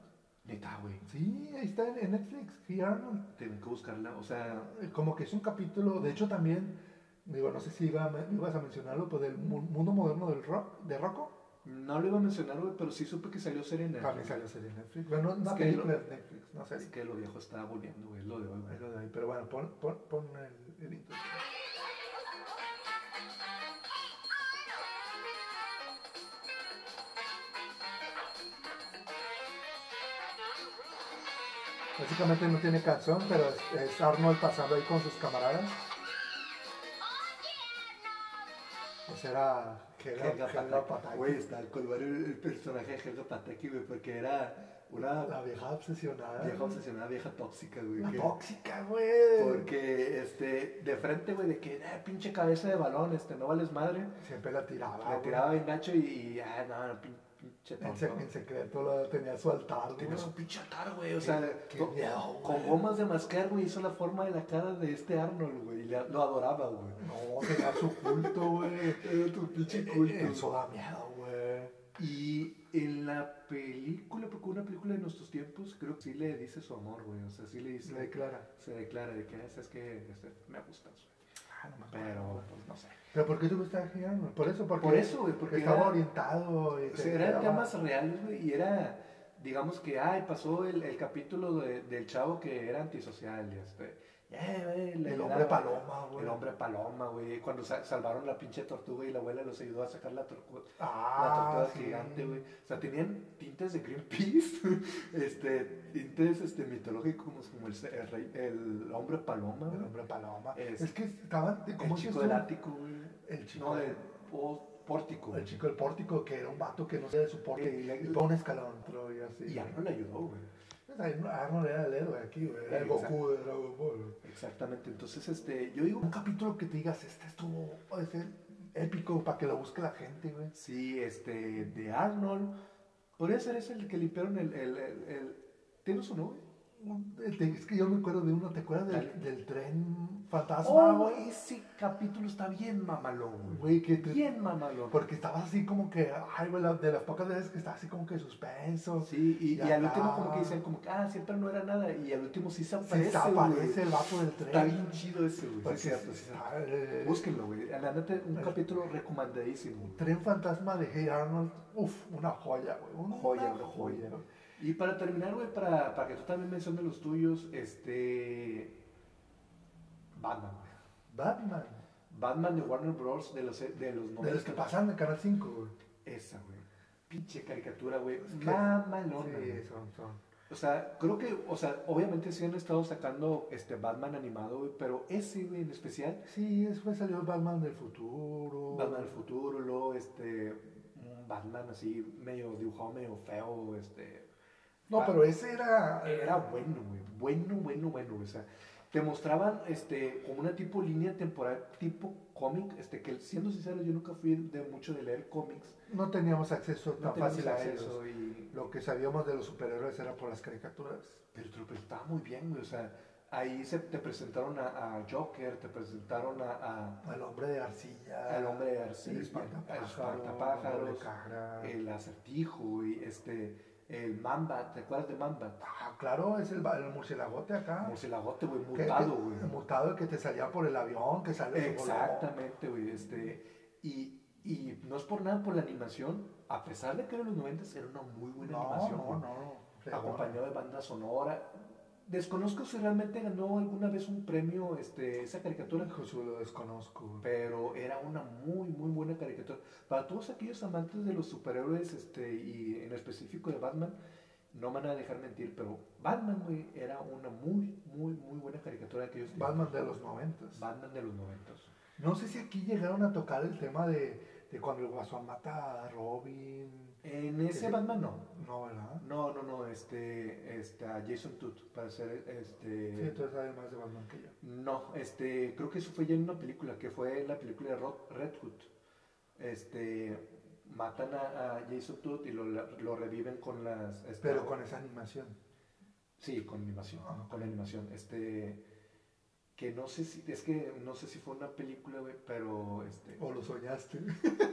Speaker 2: Neta, güey.
Speaker 1: Sí, ahí está en, en Netflix, Hey Arnold.
Speaker 2: Tengo que buscarla. O sea,
Speaker 1: Eh, Como que es un capítulo, de hecho también, digo, no sé si iba a me- ibas a mencionarlo, pero del mu- mundo moderno del rock, de Rocco,
Speaker 2: no lo iba a mencionar, güey, pero sí supe que salió Serena.
Speaker 1: también salió serie en Netflix. Bueno, una
Speaker 2: Es que
Speaker 1: película
Speaker 2: lo-
Speaker 1: de Netflix, no
Speaker 2: Es
Speaker 1: sé.
Speaker 2: que lo viejo está volviendo, güey. Lo de hoy, güey.
Speaker 1: Pero bueno, pon, pon, pon el, el intro.
Speaker 3: Thank
Speaker 1: Básicamente no tiene canción, pero es, es Arnold pasando ahí con sus camaradas. Ese era Helga,
Speaker 2: Helga
Speaker 1: Helga
Speaker 2: Pataki.
Speaker 1: Pataki.
Speaker 2: Güey, está el color el, el personaje de Helga Pataki, güey, porque era una
Speaker 1: La vieja obsesionada.
Speaker 2: vieja obsesionada, vieja tóxica, güey.
Speaker 1: Una
Speaker 2: que-
Speaker 1: tóxica, güey.
Speaker 2: Porque, este, de frente, güey, de que, "Eh, pinche cabeza de balón, este, no vales madre.
Speaker 1: Siempre la tiraba.
Speaker 2: Le
Speaker 1: Ah, güey.
Speaker 2: tiraba bien gacho y, y, ah, no, no, pin- pinche
Speaker 1: En,
Speaker 2: tonto.
Speaker 1: sec- en secreto la tenía a su altar,
Speaker 2: Tiene
Speaker 1: güey.
Speaker 2: su pinche atar, güey, Oh. o sea,
Speaker 1: qué
Speaker 2: con,
Speaker 1: miedo, güey.
Speaker 2: con gomas de mascar, güey, hizo la forma de la cara de este Arnold, güey, y le- lo adoraba, güey.
Speaker 1: No, tenía su culto, güey.
Speaker 2: Era tu pinche eh,
Speaker 1: Eso da miedo, güey.
Speaker 2: Y en la película, porque una película de nuestros tiempos, creo que sí le dice su amor, güey. O sea, sí le dice.
Speaker 1: Se declara.
Speaker 2: Se declara de que "Ah, sabes que este, me gustas, güey.
Speaker 1: Ah, no me acuerdo,
Speaker 2: Pero,
Speaker 1: güey.
Speaker 2: pues no sé.
Speaker 1: ¿Pero por qué te gustaba girarme? Por eso, porque,
Speaker 2: Por eso, güey, porque
Speaker 1: estaba
Speaker 2: era-
Speaker 1: orientado. y
Speaker 2: O
Speaker 1: te
Speaker 2: sea, eran
Speaker 1: daba-
Speaker 2: temas reales, güey. Y era, digamos que, ay, pasó el, el capítulo de- del chavo que era antisocial. y Este, "Eh, güey, le
Speaker 1: El
Speaker 2: ayudaron".
Speaker 1: hombre paloma, güey.
Speaker 2: El hombre paloma, güey. Cuando sa- salvaron la pinche tortuga y la abuela los ayudó a sacar la tortuga. La
Speaker 1: Ah,
Speaker 2: tortuga
Speaker 1: sí.
Speaker 2: gigante, güey. O sea, tenían tintes de Greenpeace, este, tintes este, mitológicos como, como el, el rey- el hombre paloma,
Speaker 1: El
Speaker 2: güey.
Speaker 1: hombre paloma.
Speaker 2: Es-
Speaker 1: Es, que estaban.
Speaker 2: El
Speaker 1: ¿cómo
Speaker 2: chico
Speaker 1: dices
Speaker 2: del
Speaker 1: tú?
Speaker 2: ático, güey.
Speaker 1: El chico
Speaker 2: No,
Speaker 1: del-
Speaker 2: del po- pórtico.
Speaker 1: El chico del pórtico, que era un vato que no sabía de su porte.
Speaker 2: Y
Speaker 1: Y,
Speaker 2: le-
Speaker 1: fue un escalón, otro, y así.
Speaker 2: Y ya no le ayudó, güey.
Speaker 1: Pues, ahí no- Arnold era el héroe aquí, güey. Era el
Speaker 2: Exacto.
Speaker 1: Goku de Dragon Ball. güey.
Speaker 2: Exactamente. Entonces, este, yo digo,
Speaker 1: Un capítulo que te digas, este estuvo. Este, épico para que lo busque la gente, güey.
Speaker 2: sí, este, de Arnold. Podría ser ese el que limpiaron el. el, el, el- ¿Tienes uno, güey?
Speaker 1: Un- te- Es que yo me acuerdo de uno, ¿te acuerdas
Speaker 2: Dale.
Speaker 1: del, del tren fantasma,
Speaker 2: Oh,
Speaker 1: güey?
Speaker 2: ese capítulo está bien mamalón, güey.
Speaker 1: Güey, que te-
Speaker 2: Bien mamalón.
Speaker 1: Porque estabas así como que, ay, güey, la- de las pocas veces que estaba así como que suspenso.
Speaker 2: Sí, y, y
Speaker 1: Ya
Speaker 2: al último
Speaker 1: está.
Speaker 2: como que dicen como que, ah, siempre no era nada, y al último sí se
Speaker 1: Sí,
Speaker 2: aparece,
Speaker 1: se
Speaker 2: güey.
Speaker 1: aparece el vato del tren.
Speaker 2: Está bien chido ese, güey. Sí,
Speaker 1: Porque
Speaker 2: es cierto, sí, es cierto.
Speaker 1: está, eh,
Speaker 2: Búsquenlo, güey. La neta, un
Speaker 1: Pues-
Speaker 2: capítulo recomendadísimo. güey.
Speaker 1: Tren fantasma de Hey Arnold, uff, una joya, güey. Una
Speaker 2: Joya, güey, joya. Y para terminar, güey, para, para que tú también menciones los tuyos, este... Batman, güey.
Speaker 1: Batman.
Speaker 2: Batman de Warner Bros. de los, de los 90.
Speaker 1: De los que pasan en Canal 5, güey.
Speaker 2: Esa, güey. Pinche caricatura, güey.
Speaker 1: que-
Speaker 2: Mamalona, güey.
Speaker 1: Sí, son, son.
Speaker 2: O sea, creo que, o sea, obviamente sí han estado sacando este Batman animado, güey, pero ese, güey, en especial,
Speaker 1: Sí, después salió Batman del futuro.
Speaker 2: Batman del futuro, luego, este, un Batman así, medio dibujado, medio feo, este,
Speaker 1: No, pero ese era.
Speaker 2: era bueno, güey, bueno, bueno, bueno, güey, o sea, te mostraban, este, como una tipo línea temporal, tipo cómic, este, que siendo sincero, yo nunca fui de mucho de leer cómics,
Speaker 1: No teníamos acceso
Speaker 2: no
Speaker 1: tan
Speaker 2: tenía
Speaker 1: fácil a ellos.
Speaker 2: acceso y...
Speaker 1: Lo que sabíamos de los superhéroes era por las caricaturas.
Speaker 2: Pero te lo presentaba muy bien, güey, o sea, ahí se, te presentaron a, a Joker, te presentaron a- a
Speaker 1: Al hombre de arcilla.
Speaker 2: al hombre de arcilla,
Speaker 1: El
Speaker 2: el
Speaker 1: espantapájaros.
Speaker 2: espantapájaros,
Speaker 1: doble cara.
Speaker 2: el acertijo, y este, el mamba, ¿te acuerdas de mamba?
Speaker 1: Ah, claro, es el, ba- el murcielagote acá.
Speaker 2: Murcielagote, güey,
Speaker 1: Que-
Speaker 2: mutado,
Speaker 1: que-
Speaker 2: güey.
Speaker 1: Ah. Mutado que te salía por el avión, que sale volando.
Speaker 2: Exactamente, güey, este, y, y no es por nada por la animación, a pesar de que era los 90 era una muy buena
Speaker 1: No,
Speaker 2: animación,
Speaker 1: no,
Speaker 2: güey.
Speaker 1: no.
Speaker 2: acompañado de banda sonora. Desconozco si realmente ganó alguna vez un premio este, esa caricatura,
Speaker 1: Jesús, Pues, lo desconozco. güey.
Speaker 2: pero era una muy muy buena caricatura para todos aquellos amantes de los superhéroes este y en específico de Batman no me van a dejar mentir pero Batman güey era una muy muy muy buena caricatura de aquellos tiempos.
Speaker 1: Batman de los noventas.
Speaker 2: Batman de los noventas
Speaker 1: No sé si aquí llegaron a tocar el tema de, de cuando el Guasón mata a Robin.
Speaker 2: en ese
Speaker 1: Sí.
Speaker 2: Batman no
Speaker 1: No, ¿verdad?
Speaker 2: no no no este este a Jason Todd para ser este
Speaker 1: Sí, tú sabes más de Batman que yo.
Speaker 2: No, este, creo que eso fue ya en una película, que fue la película de Ro- Red Hood. Este, matan a, a Jason Todd y lo, lo reviven con las... este,
Speaker 1: Pero con esa animación.
Speaker 2: Sí, con animación,
Speaker 1: Ah,
Speaker 2: con animación. Este, que no sé si, es que no sé si fue una película, güey, pero este,
Speaker 1: O lo soñaste.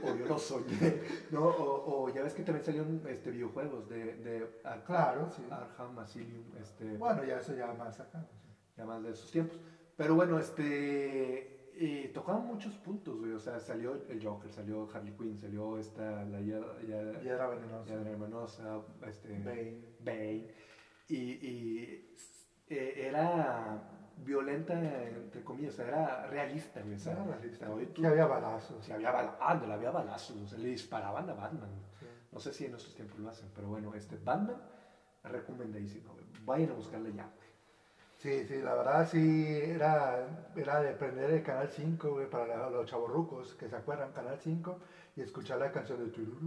Speaker 2: o yo lo soñé, ¿no? O, o ya ves que también salieron este, videojuegos de, de Ar-
Speaker 1: Claro, sí.
Speaker 2: Arkham Asylum, este,
Speaker 1: Ah, Bueno, ya eso ya más acá. no sé.
Speaker 2: ya más de sus tiempos. Pero bueno, este eh, tocaban muchos puntos, güey. O sea, salió el Joker, salió Harley Quinn, salió esta la ya, ya,
Speaker 1: Piedra venenosa.
Speaker 2: Yadira Hermanosa, este
Speaker 1: Bane.
Speaker 2: Bane. Y, y, eh, era violenta entre comillas, o sea, era realista, güey. O sea,
Speaker 1: Era realista.
Speaker 2: hoy tú-
Speaker 1: Sí, había balazos.
Speaker 2: si había bala- ah, le había balazos, o sea, le disparaban a Batman.
Speaker 1: Sí.
Speaker 2: No sé si en nuestros tiempos lo hacen, pero bueno, este Batman recomendadísimo, güey. Vayan a buscarla ya, güey.
Speaker 1: Sí, sí, la verdad sí era, era de prender el Canal 5, güey, para la- los chavorrucos que se acuerdan, Canal 5, y escuchar la canción de Tururú.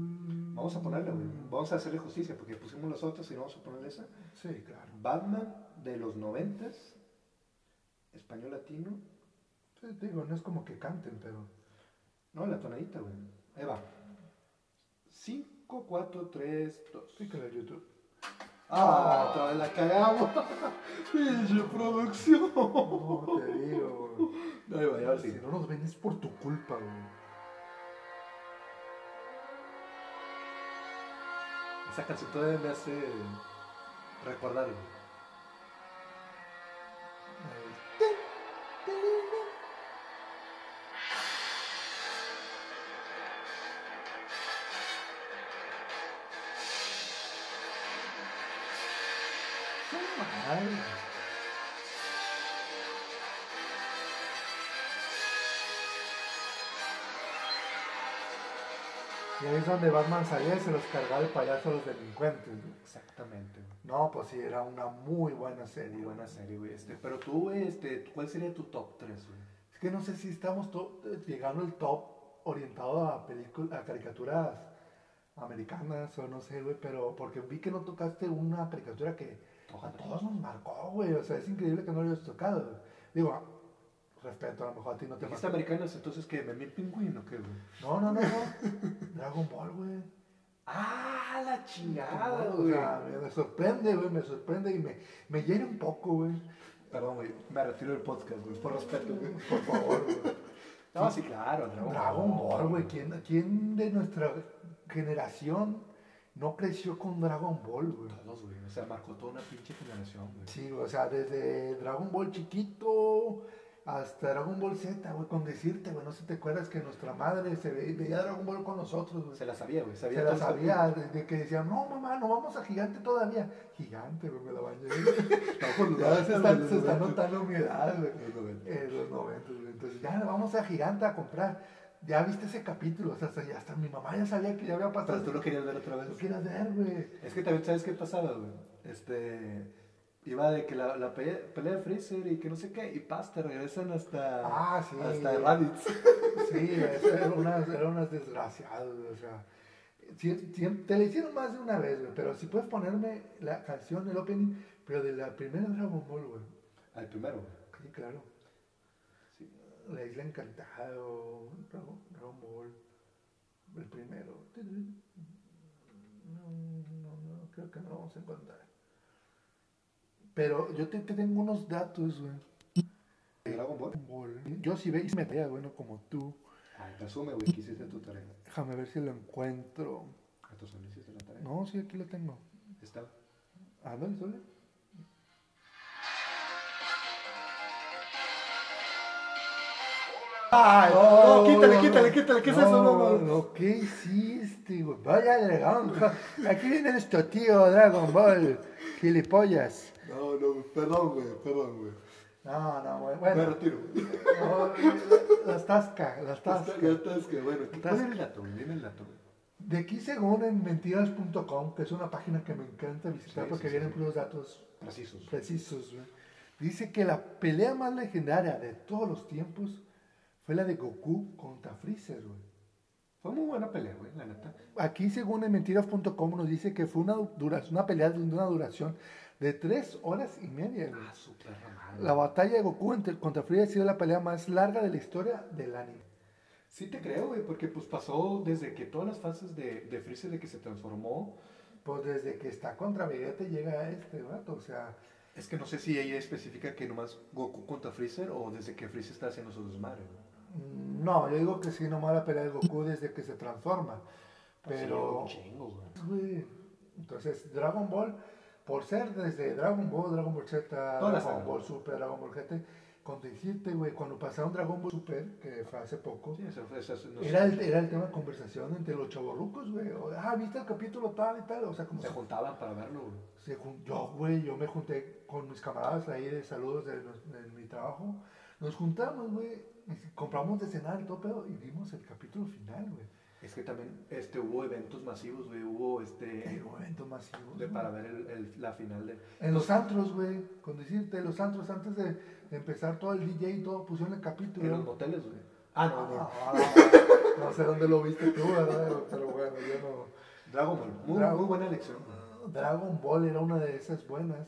Speaker 2: Vamos a ponerla, güey. Vamos a hacerle justicia porque pusimos las otras y vamos a ponerle esa.
Speaker 1: Sí, claro.
Speaker 2: Batman de los noventas, español latino.
Speaker 1: Sí, digo, no es como que canten, pero...
Speaker 2: No, la tonadita, güey. Ahí va. 5, 4, 3, 2.
Speaker 1: Pícale a YouTube.
Speaker 2: Ah, otra vez la cagamos. Pinche producción.
Speaker 1: No, te digo, güey.
Speaker 2: Ahí va, ya ahora
Speaker 1: Si
Speaker 2: sí.
Speaker 1: no nos ven es por tu culpa, güey.
Speaker 2: Esa canción todavía me hace recordar, güey.
Speaker 1: Ay, Y ahí es donde Batman salía y se los cargaba el payaso a los delincuentes. güey.
Speaker 2: Exactamente, güey.
Speaker 1: No, pues sí, era una muy buena serie.
Speaker 2: Muy
Speaker 1: güey.
Speaker 2: buena serie, güey. Este, pero tú, güey, este, ¿cuál sería tu top 3, güey?
Speaker 1: Es que no sé si estamos to- llegando al top orientado a películas, a caricaturas americanas o no sé, güey, pero porque vi que no tocaste una caricatura que a todos nos marcó, güey. O sea, es increíble que no lo hayas tocado. güey. Digo, ah, respeto, a lo mejor a ti no te
Speaker 2: Dijiste
Speaker 1: marcó.
Speaker 2: americanos, entonces que me el pingüino, ¿qué, güey?
Speaker 1: No, no, no, no. Dragon Ball, güey.
Speaker 2: ¡Ah, la chingada,
Speaker 1: O
Speaker 2: güey!
Speaker 1: sea, me, me sorprende, güey, me sorprende y me, me llena un poco, güey.
Speaker 2: Perdón, güey, me retiro del podcast, güey, por respeto, güey.
Speaker 1: Por favor, güey.
Speaker 2: No, sí, claro, Dragon,
Speaker 1: Dragon Ball, güey. ¿Quién, quién de nuestra generación no creció con Dragon Ball, güey?
Speaker 2: Todos, güey, o sea, marcó toda una pinche generación, güey.
Speaker 1: Sí, o sea, desde Dragon Ball chiquito hasta Dragon Ball Z, güey, con decirte, güey, no sé si te acuerdas que nuestra madre se ve- veía Dragon Ball con nosotros, güey.
Speaker 2: Se la sabía, güey, sabía
Speaker 1: Se la
Speaker 2: todo el-
Speaker 1: sabía, de, de que decían, no mamá, no vamos a gigante todavía. Gigante, güey, me la bañé.
Speaker 2: por los
Speaker 1: ya se
Speaker 2: noventa,
Speaker 1: está,
Speaker 2: los
Speaker 1: se está
Speaker 2: noventa.
Speaker 1: notando mi edad, güey.
Speaker 2: Los noventa.
Speaker 1: En los 90, güey. Entonces ya vamos a gigante a comprar. Ya viste ese capítulo, o sea, hasta, ya hasta mi mamá ya sabía que ya había pasado.
Speaker 2: Pero tú lo querías ver otra vez.
Speaker 1: Lo quieras ver, güey.
Speaker 2: Es que también, ¿sabes qué pasaba, güey? Este. Iba de que la, la pe- pelea, de Freezer y que no sé qué, y pasta, regresan hasta.
Speaker 1: Ah, sí.
Speaker 2: Hasta Raditz.
Speaker 1: Pues Sí, eso era unas, era unas desgraciadas, güey, o sea. sí- sí, te la hicieron más de una vez, güey, pero si puedes ponerme la canción, el opening, pero de la primera Dragon Ball, güey.
Speaker 2: Al primero, güey.
Speaker 1: Sí, claro.
Speaker 2: Sí.
Speaker 1: La Isla Encantada, o Dragon, Dragon Ball, el primero. No, no, no, creo que no lo vamos a encontrar. Pero yo te, te tengo unos datos, güey.
Speaker 2: Dragon Ball.
Speaker 1: Yo sí veis me veía, bueno, como tú.
Speaker 2: Ay, presume, güey, que hiciste tu tarea.
Speaker 1: Déjame ver si lo encuentro.
Speaker 2: A tu solo hiciste la tarea.
Speaker 1: No, sí, aquí lo tengo. Ah,
Speaker 2: Está.
Speaker 1: Ándale, sole. ¡Ay!
Speaker 2: no, quítale, quítale, quítale, ¿qué es eso? No, no.
Speaker 1: ¿qué hiciste, este, güey? Vaya dragón. Aquí viene nuestro tío Dragon Ball. Gilipollas.
Speaker 2: No, no, perdón, güey, perdón, güey.
Speaker 1: No, no, güey.
Speaker 2: Me
Speaker 1: Bueno,
Speaker 2: retiro.
Speaker 1: no, las tasca, las tasca.
Speaker 2: Ya estás que, bueno,
Speaker 1: ¿cuál
Speaker 2: ¿cuál
Speaker 1: era
Speaker 2: el dato? Dime el dato, güey.
Speaker 1: De aquí según en mentiras.com, que es una página que me encanta visitar
Speaker 2: Sí,
Speaker 1: porque
Speaker 2: sí, sí.
Speaker 1: vienen puros datos
Speaker 2: Precisos.
Speaker 1: precisos, güey. Dice que la pelea más legendaria de todos los tiempos fue la de Goku contra Freezer, güey.
Speaker 2: Fue muy buena pelea, güey, la neta.
Speaker 1: Aquí, según en mentiras.com, nos dice que fue una, dura- una pelea de una duración de tres horas y media, güey.
Speaker 2: Ah, su perra madre.
Speaker 1: La batalla de Goku entre- contra Freezer ha sido la pelea más larga de la historia del anime.
Speaker 2: Sí te creo, güey, porque pues pasó desde que todas las fases de, de Freezer de que se transformó.
Speaker 1: Pues desde que está contra Vegeta llega este vato, o sea,
Speaker 2: Es que no sé si ella especifica que nomás Goku contra Freezer o desde que Freezer está haciendo su desmadre, güey.
Speaker 1: mm, no, yo digo que sí, nomás la pelea de Goku desde que se transforma. Pero,
Speaker 2: Pues Sí, un chingo, güey.
Speaker 1: Güey, Entonces, Dragon Ball, por ser desde Dragon Ball, Dragon Ball Z,
Speaker 2: Todas las
Speaker 1: Dragon
Speaker 2: sagas.
Speaker 1: Ball Super, Dragon Ball GT, con decirte, güey, cuando pasaron Dragon Ball Super, que fue hace poco,
Speaker 2: Sí, eso fue- eso- eso- no
Speaker 1: era,
Speaker 2: sé.
Speaker 1: el, era el tema de conversación entre los chavorrucos, güey. o, Ah, ¿viste el capítulo tal y tal? O sea, como
Speaker 2: Se
Speaker 1: se,
Speaker 2: juntaban para verlo, güey.
Speaker 1: se jun- Yo, güey, yo me junté con mis camaradas ahí de saludos de, nos- de mi trabajo. Nos juntamos, güey, y compramos de cenar y todo pedo, y vimos el capítulo final, güey.
Speaker 2: Es que también este, hubo eventos masivos, güey. Hubo este.
Speaker 1: El momento masivo.
Speaker 2: de-
Speaker 1: güey.
Speaker 2: para ver el- el- la final de.
Speaker 1: En los antros, güey. Con decirte, los antros, antes de, de empezar todo el DJ y todo, pusieron el capítulo.
Speaker 2: En los moteles, güey. Ah, no, no.
Speaker 1: Ah, no sé dónde lo viste tú, ¿verdad? güey? Pero bueno, yo no.
Speaker 2: Dragon Ball. Muy,
Speaker 1: Dragon-
Speaker 2: muy buena elección, güey.
Speaker 1: Dragon Ball era una de esas buenas.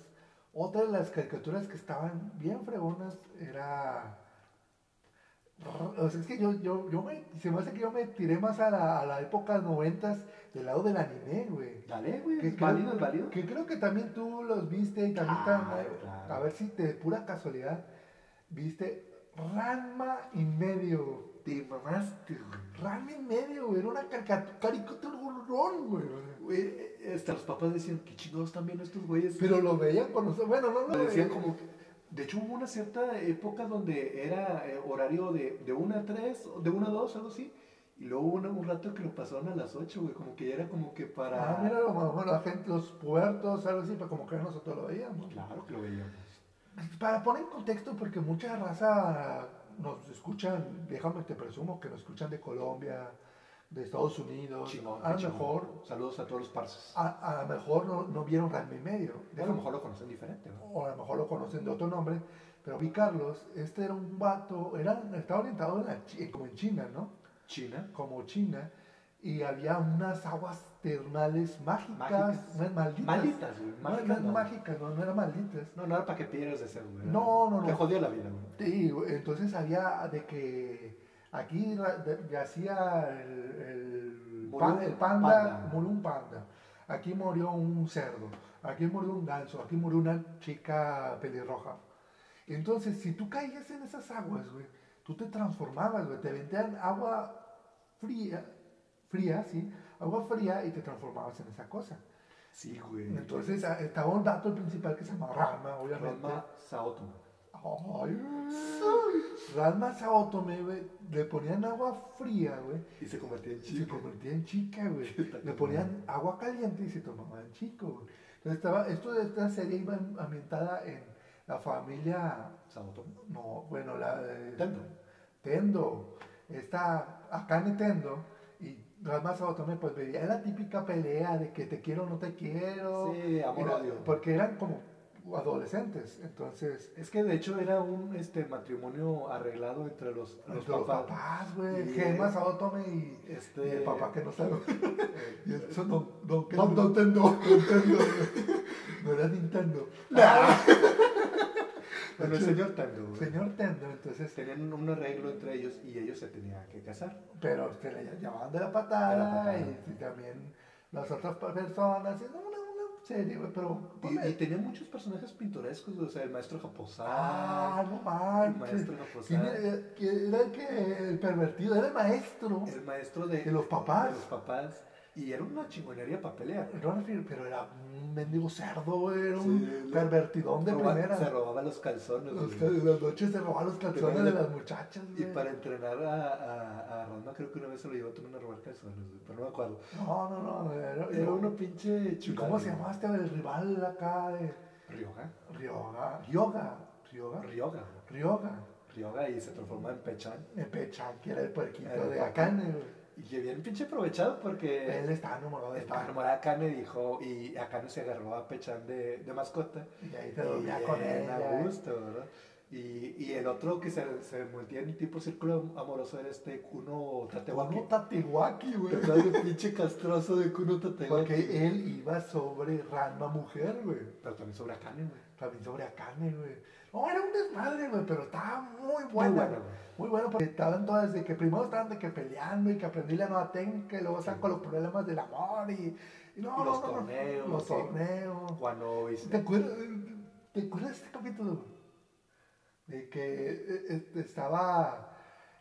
Speaker 1: Otra de las caricaturas que estaban bien fregonas era. O sea, es que yo, yo, yo me, se me hace que yo me tiré más a la, a la época noventas del lado del anime, güey.
Speaker 2: Dale, güey.
Speaker 1: Que
Speaker 2: Es
Speaker 1: creo-
Speaker 2: válido, es válido.
Speaker 1: Que creo que también tú los viste y también
Speaker 2: Claro,
Speaker 1: tan-
Speaker 2: Ah, claro.
Speaker 1: A ver si te, de pura casualidad, viste Ranma y medio.
Speaker 2: Te mamaste, güey.
Speaker 1: Ranma y medio, güey. Era una caricatura, caricatura burlón, güey.
Speaker 2: Güey, hasta los papás decían, qué chingados están viendo estos güeyes.
Speaker 1: Pero lo veían con nosotros. Bueno, no lo
Speaker 2: Le decían
Speaker 1: veían.
Speaker 2: como que- De hecho, hubo una cierta época donde era eh, horario de, de 1 a 3, o de 1 a 2, algo así. Y luego hubo una- un rato que lo pasaron a las 8, güey. Como que ya era como que para.
Speaker 1: Ah, mira, a lo mejor la gente, los puertos, algo así, pero como que nosotros lo veíamos.
Speaker 2: Claro que lo veíamos.
Speaker 1: Para poner en contexto, porque mucha raza nos escuchan, déjame te presumo que nos escuchan de Colombia, de Estados Unidos,
Speaker 2: Chingón,
Speaker 1: Ah, a lo
Speaker 2: qué chingón.
Speaker 1: mejor, Ah,
Speaker 2: Saludos a todos los parces.
Speaker 1: a, a lo mejor no, no vieron Ranma y medio,
Speaker 2: a lo mejor lo conocen diferente, ¿no?
Speaker 1: o a lo mejor lo conocen de otro nombre, pero vi Carlos, este era un vato, era, estaba orientado en la chi- eh, como en China, ¿no?
Speaker 2: China.
Speaker 1: Como China, y había unas aguas termales mágicas,
Speaker 2: Mágicas.
Speaker 1: unas malditas.
Speaker 2: Malditas, güey.
Speaker 1: No,
Speaker 2: Mágicas,
Speaker 1: no,
Speaker 2: no.
Speaker 1: mágicas, no, no eran malditas.
Speaker 2: No, no era para que pierdas deseo, güey.
Speaker 1: No, no, no.
Speaker 2: Te jodía la vida, güey.
Speaker 1: Sí, güey, entonces había de que aquí ra- de- yacía el, el,
Speaker 2: Murió
Speaker 1: pan-
Speaker 2: un
Speaker 1: el panda,
Speaker 2: panda.
Speaker 1: murió un panda, aquí murió un cerdo, aquí murió un ganso, aquí murió una chica pelirroja. Entonces, si tú caías en esas aguas, güey, tú te transformabas, güey, te vendían agua fría, fría, sí, agua fría y te transformabas en esa cosa.
Speaker 2: Sí, güey.
Speaker 1: Entonces, a- estaba un dato principal que se llama Rama, obviamente.
Speaker 2: Rama Saotoma.
Speaker 1: Ay, Ranma Saotome, güey, le ponían agua fría, güey,
Speaker 2: Y se convertía en
Speaker 1: y se
Speaker 2: chico.
Speaker 1: convertía en chica, güey.
Speaker 2: Está
Speaker 1: Le
Speaker 2: cabrón.
Speaker 1: ponían agua caliente y se tomaba en chico, güey. Entonces estaba, esto de esta serie iba am- ambientada en la familia,
Speaker 2: Saotoma.
Speaker 1: no, bueno, la de...
Speaker 2: Tendo.
Speaker 1: Tendo. Esta, Akane Tendo, y Ranma Saotome, pues, veía la típica pelea de que te quiero o no te quiero.
Speaker 2: Sí, amor,
Speaker 1: Era-
Speaker 2: odio.
Speaker 1: Porque eran como adolescentes, entonces...
Speaker 2: Es que de hecho era un este, matrimonio arreglado entre los, los
Speaker 1: Los, los
Speaker 2: papás.
Speaker 1: papás, güey.
Speaker 2: Y-
Speaker 1: Gemma Saotome y,
Speaker 2: Este-
Speaker 1: y el papá que no sabe.
Speaker 2: Eh,
Speaker 1: Y eso no, no, que
Speaker 2: Don-
Speaker 1: no, Nintendo. Nintendo, güey. No era Nintendo. Ah,
Speaker 2: bueno, el señor Tendo, güey.
Speaker 1: Señor Tendo, entonces.
Speaker 2: Tenían un- un arreglo entre ellos y ellos se tenían que casar.
Speaker 1: Pero usted le llamaban de la
Speaker 2: De la
Speaker 1: patada
Speaker 2: patada.
Speaker 1: y, y también las otras pa- personas. y no, una, una serie, güey. Pero.
Speaker 2: Y, y tenían muchos personajes pintorescos, güey, o sea, el maestro Japosá.
Speaker 1: Ah, no
Speaker 2: el
Speaker 1: manches.
Speaker 2: maestro
Speaker 1: ¿Quién
Speaker 2: Japosá.
Speaker 1: era, que era el que el pervertido? Era el maestro.
Speaker 2: El maestro de,
Speaker 1: de los papás.
Speaker 2: de los papás. Y era una chingonería para pelear.
Speaker 1: No era fiel, pero era un mendigo cerdo, güey, era un
Speaker 2: Sí, lo-
Speaker 1: pervertidón de
Speaker 2: Roba-
Speaker 1: primera.
Speaker 2: Se robaba los calzones.
Speaker 1: Los
Speaker 2: güey.
Speaker 1: cal- las noches se robaban los calzones
Speaker 2: Pero-
Speaker 1: de las muchachas,
Speaker 2: Y
Speaker 1: güey.
Speaker 2: para entrenar a, a, a Ranma, creo que una vez se lo llevó también a robar calzones, güey, pero no me acuerdo.
Speaker 1: No, no, no, era,
Speaker 2: Era
Speaker 1: uno.
Speaker 2: uno pinche
Speaker 1: ¿Y
Speaker 2: chulada,
Speaker 1: cómo se
Speaker 2: güey.
Speaker 1: llamaba este el rival acá de
Speaker 2: Ryoga.
Speaker 1: Ryoga? Ryoga, Ryoga,
Speaker 2: Ryoga.
Speaker 1: Ryoga.
Speaker 2: Ryoga y se transformó en Pechan.
Speaker 1: El Pechan, que era el puerquito
Speaker 2: Era el Eh,
Speaker 1: de
Speaker 2: papá.
Speaker 1: Akane, güey.
Speaker 2: Y que bien pinche aprovechado porque
Speaker 1: Él estaba enamorado de
Speaker 2: estaba
Speaker 1: Akane.
Speaker 2: enamorada de Akane dijo, y Akane se agarró a Pechan de, de mascota.
Speaker 1: Y ahí
Speaker 2: Y
Speaker 1: te dormía con
Speaker 2: bien
Speaker 1: él.
Speaker 2: a gusto, ¿verdad? Y, y el otro que se, se metía en tipo círculo amoroso era este Kuno Tatewaki.
Speaker 1: Uno Tatiwaki,
Speaker 2: ¿Te
Speaker 1: güey.
Speaker 2: acuerdas del pinche castroso de Kuno Tatewaki?
Speaker 1: Porque él iba sobre Ranma mujer, güey.
Speaker 2: Pero también sobre Akane, güey.
Speaker 1: También sobre Akane, güey. No, era un desmadre, güey, pero estaba muy
Speaker 2: Muy
Speaker 1: buena.
Speaker 2: bueno, güey.
Speaker 1: Muy bueno, porque estaban todas de que primero estaban de que peleando y que aprendí la nueva técnica y luego saco los problemas del amor y, y no,
Speaker 2: Y
Speaker 1: no, no, no.
Speaker 2: los torneos,
Speaker 1: Los
Speaker 2: sí.
Speaker 1: torneos.
Speaker 2: Cuando
Speaker 1: ¿Te
Speaker 2: hice-
Speaker 1: acuerdas, ¿Te acuerdas de este capítulo? güey? De que eh, este, estaba.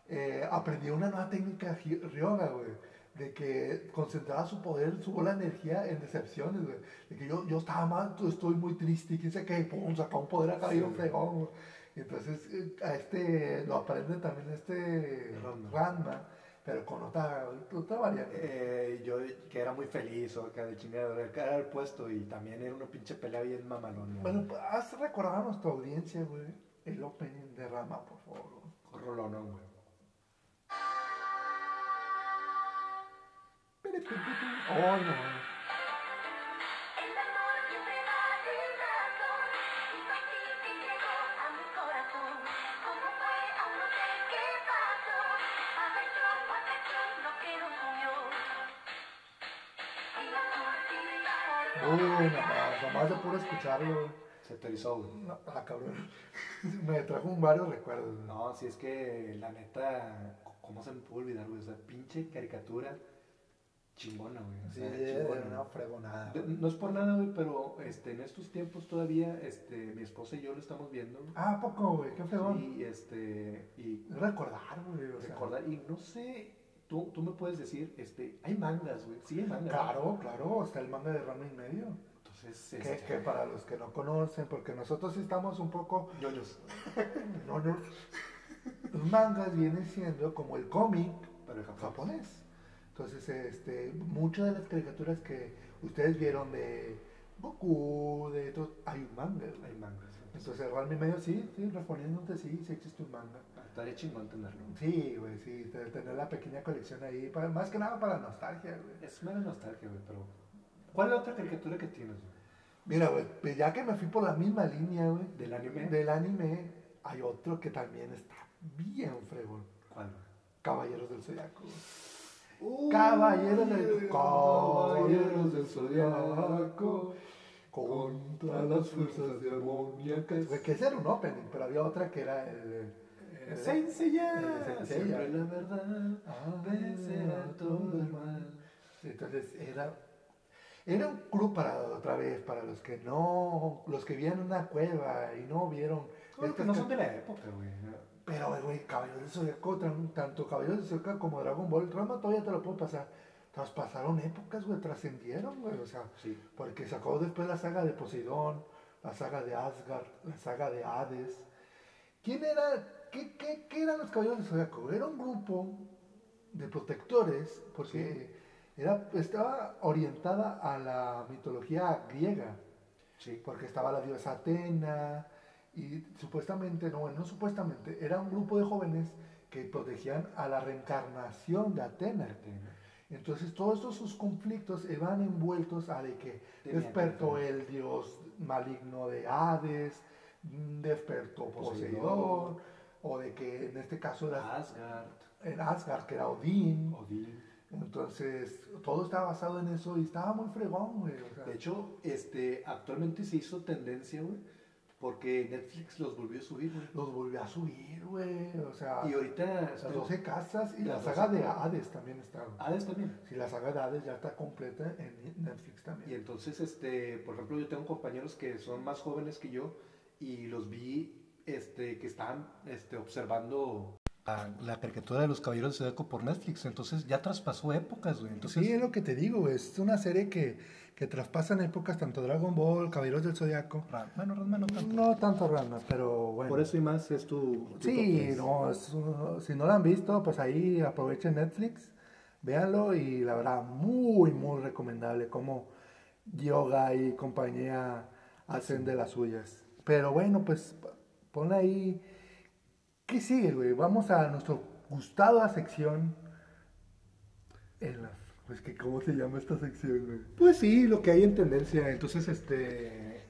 Speaker 1: Eh, aprendió una nueva técnica gi- Ryoga, güey. De que concentraba su poder, su bola de energía en decepciones, güey. De que yo, yo estaba mal, tú- estoy muy triste y quién sabe qué, pum, sacaba un poder acá
Speaker 2: Sí,
Speaker 1: bien
Speaker 2: güey.
Speaker 1: fregón, güey. Entonces, eh, a este lo aprende también este
Speaker 2: Ranma.
Speaker 1: Ranma, pero con otra, otra variante.
Speaker 2: Eh, yo que era muy feliz o acá de chingada, era el puesto y también era una pinche pelea bien mamalona.
Speaker 1: Bueno, haz recordar a nuestra audiencia, güey, el opening de Ranma, por favor. güey.
Speaker 2: Rolonón, güey.
Speaker 1: Oh, no.
Speaker 3: El amor siempre va de razón Y fue así que llegó a mi corazón Como fue, aún no sé qué pasó Afección, afección, no quedó suyo El amor sigue por
Speaker 1: Uy, nomás, nomás de puro escucharlo.
Speaker 2: Se te erizó, güey.
Speaker 1: No, ah, cabrón. Me trajo un varios recuerdos. güey.
Speaker 2: No, si es que la neta, c- ¿cómo se me pudo olvidar, güey? O sea, pinche caricatura chingona, güey. O
Speaker 1: Sí,
Speaker 2: sea,
Speaker 1: era
Speaker 2: chingona.
Speaker 1: una fregonada.
Speaker 2: De- No es por nada, güey, pero este, en estos tiempos todavía este, mi esposa y yo lo estamos viendo. güey.
Speaker 1: Ah, ¿a poco, güey, qué fregón.
Speaker 2: Y este, y
Speaker 1: Recordar, güey. O sea,
Speaker 2: recordar, y no sé, tú, tú me puedes decir, este, hay mangas, güey, sí hay mangas.
Speaker 1: Claro, claro, está el manga de rama y medio.
Speaker 2: Entonces,
Speaker 1: Que,
Speaker 2: este,
Speaker 1: que para los que no conocen, porque nosotros sí estamos un poco.
Speaker 2: ñoños.
Speaker 1: No, no. Los mangas vienen siendo como el cómic
Speaker 2: Pero en Japón.
Speaker 1: japonés. Entonces, este, muchas de las caricaturas que ustedes vieron de Goku, de otros, hay un manga. güey.
Speaker 2: Hay mangas. güey.
Speaker 1: Entonces, Rami medio sí, sí, respondiéndote sí, sí existe un manga.
Speaker 2: Estaría chingón tenerlo.
Speaker 1: Sí, güey, sí, te- tener la pequeña colección ahí, para- más que nada para nostalgia, güey.
Speaker 2: Es mera nostalgia, güey, pero. ¿Cuál es la otra caricatura que tienes, güey?
Speaker 1: Mira, güey, pues ya que me fui por la misma línea, güey,
Speaker 2: ¿Del anime?
Speaker 1: del anime, hay otro que también está bien fregón.
Speaker 2: ¿Cuál, güey?
Speaker 1: Caballeros del Zodiaco. güey.
Speaker 2: Caballeros
Speaker 1: Caballeros
Speaker 2: del
Speaker 1: del-
Speaker 2: Caballeros del Zodiaco
Speaker 1: Contra las fuerzas
Speaker 2: demoníacas.
Speaker 1: Güey, que ese era un opening, pero había otra que era el...
Speaker 2: Eh, Saint Seiya.
Speaker 1: Eh, Saint Seiya.
Speaker 2: Siempre la verdad
Speaker 1: Ah,
Speaker 2: vencerá todo el mal.
Speaker 1: Entonces era, era un club para otra vez, para los que no, los que vieron una cueva y no vieron.
Speaker 2: Bueno, que
Speaker 1: estas
Speaker 2: no
Speaker 1: ca-
Speaker 2: son de la época, güey.
Speaker 1: Pero, güey, Caballeros del Zodiaco, tran- tanto Caballeros del Zodiaco como Dragon Ball, Trama todavía te lo puedo pasar. Traspasaron épocas, güey, trascendieron, güey, o sea,
Speaker 2: Sí.
Speaker 1: porque sacó después la saga de Poseidón, la saga de Asgard, la saga de Hades. ¿Quién era? ¿Qué, qué, qué eran los Caballeros del Zodiaco? Era un grupo de protectores, porque era, estaba orientada a la mitología griega
Speaker 2: Sí.
Speaker 1: porque estaba la diosa Atena y supuestamente, no, no supuestamente, era un grupo de jóvenes que protegían a la reencarnación de Atena. Entonces todos estos sus conflictos iban envueltos a de que
Speaker 2: Tenían
Speaker 1: despertó
Speaker 2: que
Speaker 1: el dios maligno de Hades, mm, despertó
Speaker 2: Poseidón. Ah.
Speaker 1: Poseidón, o de que en este caso era
Speaker 2: Asgard,
Speaker 1: era Asgard, que era Odín.
Speaker 2: Odín.
Speaker 1: Entonces todo estaba basado en eso y estaba muy fregón, güey. o sea.
Speaker 2: De hecho, este, actualmente se hizo tendencia, güey, porque Netflix los volvió a subir, güey.
Speaker 1: los volvió a subir, güey. O sea,
Speaker 2: Y ahorita
Speaker 1: Las 12 casas y
Speaker 2: Las
Speaker 1: la saga
Speaker 2: 12
Speaker 1: de Hades también está. güey.
Speaker 2: Hades también.
Speaker 1: Si la saga de Hades ya está completa en Netflix
Speaker 2: Y
Speaker 1: también.
Speaker 2: entonces, este, por ejemplo, yo tengo compañeros que son más jóvenes que yo y los vi este, que estaban este, observando la caricatura de los Caballeros de Zodíaco por Netflix. Entonces ya traspasó épocas, güey. Entonces,
Speaker 1: Sí, es lo que te digo, güey. es una serie que, que traspasan épocas, tanto Dragon Ball, Caballeros del Zodiaco.
Speaker 2: Ra- bueno, Rasma no tanto.
Speaker 1: No tanto Rama, pero bueno.
Speaker 2: Por eso y más es tu. tu top
Speaker 1: Sí,
Speaker 2: tres.
Speaker 1: no, es un- si no la han visto, pues ahí aprovechen Netflix, véanlo y la verdad, muy, muy recomendable como yoga y compañía
Speaker 2: Ah,
Speaker 1: hacen de las suyas. Pero bueno, pues p- pon ahí, ¿qué sigue, güey? Vamos a nuestro gustada sección. En las- pues que, ¿cómo se llama esta sección, güey?
Speaker 2: Pues sí, lo que hay en tendencia. Entonces, este.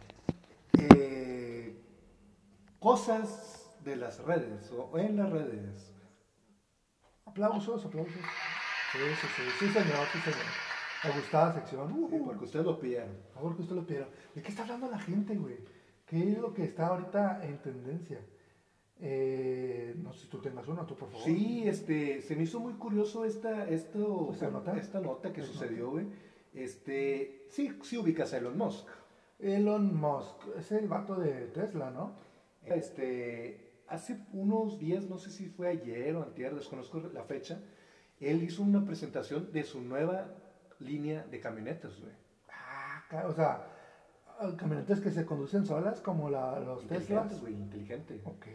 Speaker 2: eh, cosas de las redes o en las redes.
Speaker 1: Aplausos, aplausos. Sí, sí, sí, sí, señor, sí, señor. La gustada sección.
Speaker 2: Sí,
Speaker 1: ujú.
Speaker 2: porque ustedes lo pidieron.
Speaker 1: Por favor, que usted lo pidieron. ¿De qué está hablando la gente, güey? ¿Qué es lo que está ahorita en tendencia? Eh, no sé si tú tengas uno, tú por favor.
Speaker 2: Sí, este, se me hizo muy curioso esta, esto,
Speaker 1: ¿Esta nota?
Speaker 2: esta nota que
Speaker 1: Esta
Speaker 2: sucedió, güey. Este, sí, sí ubicas a Elon Musk.
Speaker 1: Elon Musk, es el vato de Tesla, ¿no?
Speaker 2: Este, hace unos días, no sé si fue ayer o antier, desconozco la fecha, él hizo una presentación de su nueva línea de camionetas, güey.
Speaker 1: Ah, ca- o sea, ah, camionetas que se conducen solas como la, los
Speaker 2: Inteligentes,
Speaker 1: Teslas.
Speaker 2: güey, inteligente.
Speaker 1: Ok.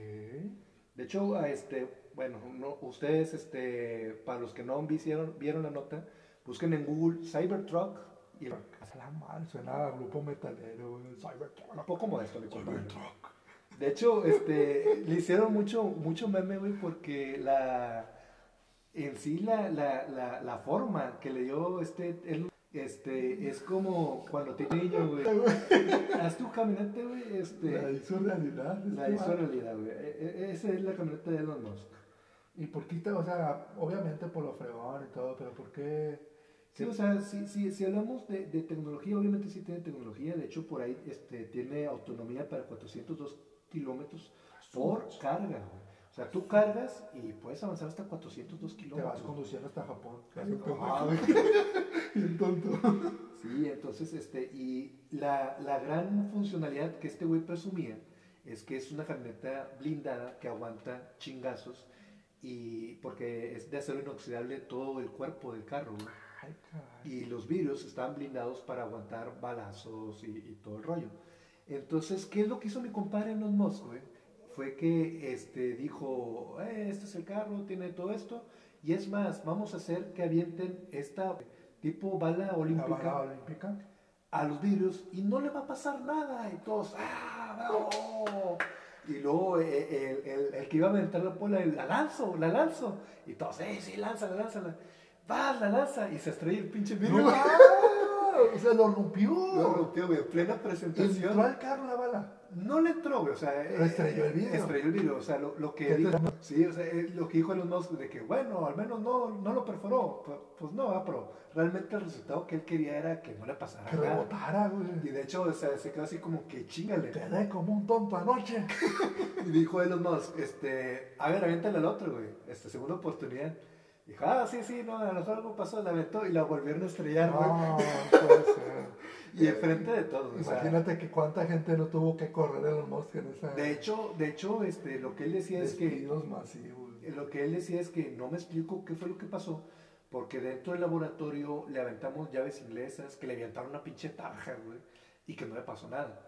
Speaker 2: De hecho, a este, bueno, no, ustedes, este, para los que no vieron, vieron la nota, busquen en Google Cybertruck y
Speaker 1: A la madre, suena a grupo metalero, güey. Cybertruck.
Speaker 2: un poco modesto mi compañero.
Speaker 1: Cybertruck.
Speaker 2: De hecho, este, le hicieron mucho, mucho meme, güey, porque la, en sí la, la, la, la forma que le dio este, él, este, es como cuando te niño, güey. Haz tu caminata, güey,
Speaker 1: Este, La
Speaker 2: este,
Speaker 1: hizo realidad.
Speaker 2: la
Speaker 1: este
Speaker 2: hizo
Speaker 1: vato.
Speaker 2: realidad, güey. E- e- Esa es la camioneta de Elon Musk.
Speaker 1: ¿Y por qué? te- O sea, obviamente por lo fregón y todo, pero ¿por qué?
Speaker 2: Sí, o sea, si, si, si hablamos de, de tecnología, obviamente sí tiene tecnología. De hecho, por ahí este, tiene autonomía para 402 kilómetros por carga, güey. O sea, tú cargas y puedes avanzar hasta 402
Speaker 1: Te vas
Speaker 2: kilómetros.
Speaker 1: conduciendo hasta Japón.
Speaker 2: Ah, güey.
Speaker 1: Bien tonto.
Speaker 2: Sí, entonces, este, y la, la gran funcionalidad que este güey presumía es que es una camioneta blindada que aguanta chingazos y porque es de acero inoxidable todo el cuerpo del carro, güey.
Speaker 1: Ay, caray.
Speaker 2: y los vidrios están blindados para aguantar balazos y, y todo el rollo. Entonces, ¿qué es lo que hizo mi compadre en los Musk, güey? Fue que este, dijo, "Eh, este es el carro, tiene todo esto, y es más, vamos a hacer que avienten esta tipo bala
Speaker 1: La
Speaker 2: olímpica
Speaker 1: bala olímpica.
Speaker 2: a los vidrios y no le va a pasar nada. Y todos, ¡ah, bravo! Y luego eh, el, el- el que iba a aventar la pola, la lanzo, la lanzo. Y todos, ¡eh, sí, lánzala, lánzala! ¡Va, la lanza! Y se estrella el pinche vidrio.
Speaker 1: No, o sea, lo rompió.
Speaker 2: Lo rompió, güey, en plena
Speaker 1: Entró
Speaker 2: presentación.
Speaker 1: al carro la bala.
Speaker 2: No le entró, güey, o sea... eh,
Speaker 1: Pero estrelló el vidrio.
Speaker 2: Estrelló el vidrio, o sea, lo, lo que
Speaker 1: ¿Qué te
Speaker 2: dijo... Sí, o sea, eh, lo que dijo Elon Musk de que, bueno, al menos no, no lo perforó. Pues, pues no, ah, pero realmente el resultado que él quería era que no le pasara
Speaker 1: Que
Speaker 2: nada.
Speaker 1: rebotara,
Speaker 2: Y
Speaker 1: güey.
Speaker 2: de hecho, o sea, se quedó así como que chingale.
Speaker 1: Quedé como un tonto anoche.
Speaker 2: Y dijo Elon Musk, este, a ver, aviéntale al otro, güey. Este, segunda oportunidad. Dijo, ah, sí, sí, no, a lo mejor algo pasó, la aventó y la volvieron a estrellar, güey.
Speaker 1: No, puede ser.
Speaker 2: Y enfrente de todos, o sea,
Speaker 1: Imagínate que cuánta gente no tuvo que correr Elon Musk en esa.
Speaker 2: de hecho, de hecho, este, lo que él decía es que,
Speaker 1: despidos masivos.
Speaker 2: lo que él decía es que no me explico qué fue lo que pasó, porque dentro del laboratorio le aventamos llaves inglesas, que le aventaron una pinche tarja, güey, y que no le pasó nada.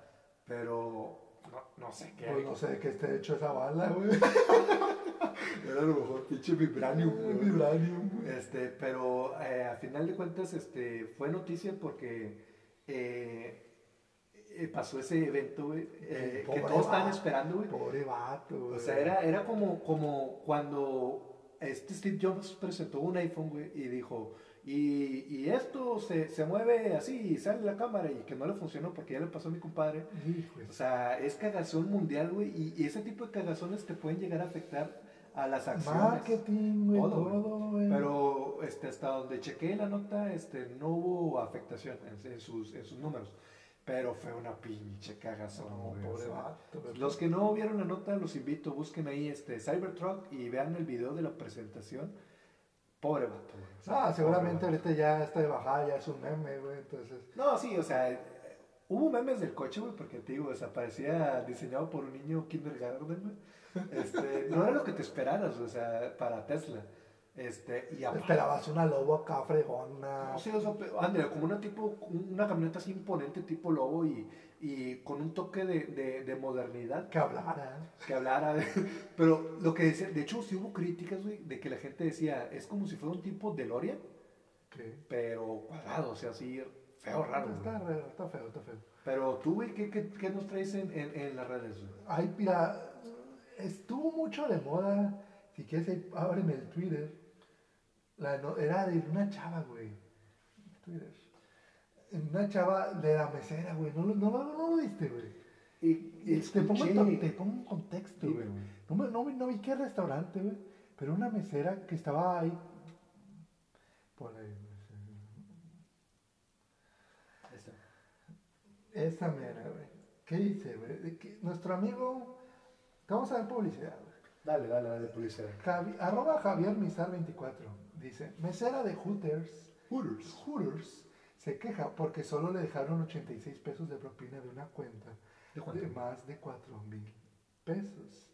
Speaker 2: Pero, no, no sé qué.
Speaker 1: Pues no sé de qué esté hecho esa bala, güey.
Speaker 2: Era a lo mejor pinche vibranium, güey.
Speaker 1: Vibranium, güey.
Speaker 2: Este, pero eh, a final de cuentas este, fue noticia porque eh, eh, pasó ese evento güey, eh, que
Speaker 1: Pobre
Speaker 2: todos estaban
Speaker 1: vato,
Speaker 2: esperando. güey.
Speaker 1: Pobre vato, güey.
Speaker 2: O sea, era, era como, como cuando este Steve Jobs presentó un iPhone güey, y dijo, y, y esto se, se mueve así y sale la cámara y que no le funcionó porque ya le pasó a mi compadre.
Speaker 1: Hijo,
Speaker 2: O sea, es cagazón mundial, güey, y, y ese tipo de cagazones te pueden llegar a afectar a
Speaker 1: Ah,
Speaker 2: las acciones.
Speaker 1: marketing, güey,
Speaker 2: Todo,
Speaker 1: todo,
Speaker 2: güey.
Speaker 1: güey.
Speaker 2: Pero este, hasta donde chequeé la nota, este, no hubo afectación en, en sus, en sus números. Pero fue una pinche cagazón.
Speaker 1: No,
Speaker 2: güey, o
Speaker 1: pobre
Speaker 2: sea.
Speaker 1: vato. güey.
Speaker 2: Los que no vieron la nota, los invito, busquen ahí este Cybertruck y vean el video de la presentación. Pobre vato. güey, o sea,
Speaker 1: Ah,
Speaker 2: pobre
Speaker 1: seguramente
Speaker 2: vato.
Speaker 1: ahorita ya está de bajada, ya es un meme, güey, entonces.
Speaker 2: No, sí, o sea, eh, hubo memes del coche, güey, porque te digo, desaparecía diseñado por un niño kindergarten, güey. Este, no era lo que te esperaras, o sea, para Tesla. Este, y
Speaker 1: Te
Speaker 2: aparte-
Speaker 1: esperabas una lobo acá fregona.
Speaker 2: No sé, o sea, pero, ándale, como una tipo, una camioneta así imponente tipo lobo y, y con un toque de, de- de modernidad
Speaker 1: Que hablara.
Speaker 2: que hablara. de- Pero lo que decía, de hecho sí hubo críticas, güey, de que la gente decía, es como si fuera un tipo DeLorean,
Speaker 1: ¿Qué?
Speaker 2: pero cuadrado, o sea, así feo, raro. güey.
Speaker 1: Está raro, está feo, está feo.
Speaker 2: Pero tú, güey, ¿qué, qué, qué nos traes en, en- en las redes, güey?
Speaker 1: Ay, mira, estuvo mucho de moda. Si quieres, ahí, ábreme el Twitter. La no- era de una chava, güey. Twitter. Una chava de la mesera, güey. No, lo- no, lo- no lo viste, güey.
Speaker 2: Y, este
Speaker 1: Te pongo, en to- te pongo en contexto,
Speaker 2: Dime,
Speaker 1: güey.
Speaker 2: güey.
Speaker 1: No, me- no, vi- no vi qué restaurante, güey. Pero una mesera que estaba ahí. Por ahí, güey. Esa mera, güey. ¿Qué dice, güey? De que Nuestro amigo. Te vamos a dar publicidad, güey.
Speaker 2: Dale, dale, dale, publicidad.
Speaker 1: Javi- arroba Javier Mizar 24 dice, mesera de Hooters, Hooters se queja porque solo le dejaron 86 pesos de propina de una cuenta de
Speaker 2: ¿De cuánto?
Speaker 1: más de 4 mil pesos.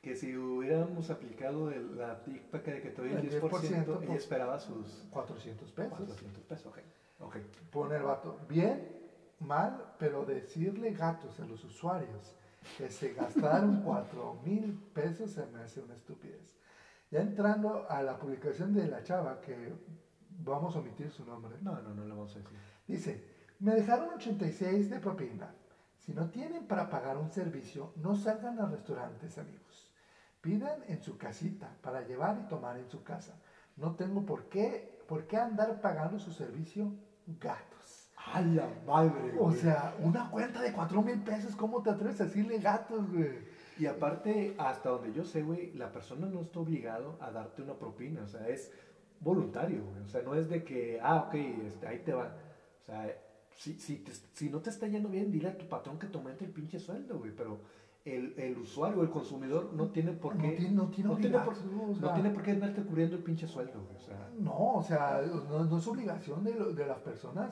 Speaker 2: Que si hubiéramos aplicado el- la TIC de que te doy el
Speaker 1: El
Speaker 2: 10%,
Speaker 1: 10%,
Speaker 2: ella
Speaker 1: pues.
Speaker 2: esperaba sus
Speaker 1: 400 pesos.
Speaker 2: 400 pesos, ok. Ok.
Speaker 1: Pone el vato, bien, mal, pero decirle gatos a los usuarios que se gastaron 4 mil pesos se me hace una estupidez. Ya entrando a la publicación de la chava, que vamos a omitir su nombre,
Speaker 2: No, no, no lo vamos a decir.
Speaker 1: Dice, me dejaron 86 de propina. Si no tienen para pagar un servicio, no salgan a restaurantes, amigos. Pidan en su casita para llevar y tomar en su casa. no tengo por qué, por qué andar pagando su servicio gatos.
Speaker 2: A la madre,
Speaker 1: O
Speaker 2: güey.
Speaker 1: sea, una cuenta de cuatro mil pesos, ¿cómo te atreves a decirle gatos, güey?
Speaker 2: Y aparte, hasta donde yo sé, güey, la persona no está obligado a darte una propina, o sea, es voluntario, güey. O sea, no es de que, ah, ok, este, ahí te va. O sea, si, si, te- si no te está yendo bien, dile a tu patrón que te aumente el pinche sueldo, güey, pero el, el usuario, el consumidor, no tiene por qué...
Speaker 1: No tiene, no tiene
Speaker 2: no tiene por-
Speaker 1: obligación, o sea,
Speaker 2: No tiene por qué andarte cubriendo el pinche sueldo, güey. O sea,
Speaker 1: No, o sea, no, no es obligación de, lo- de las personas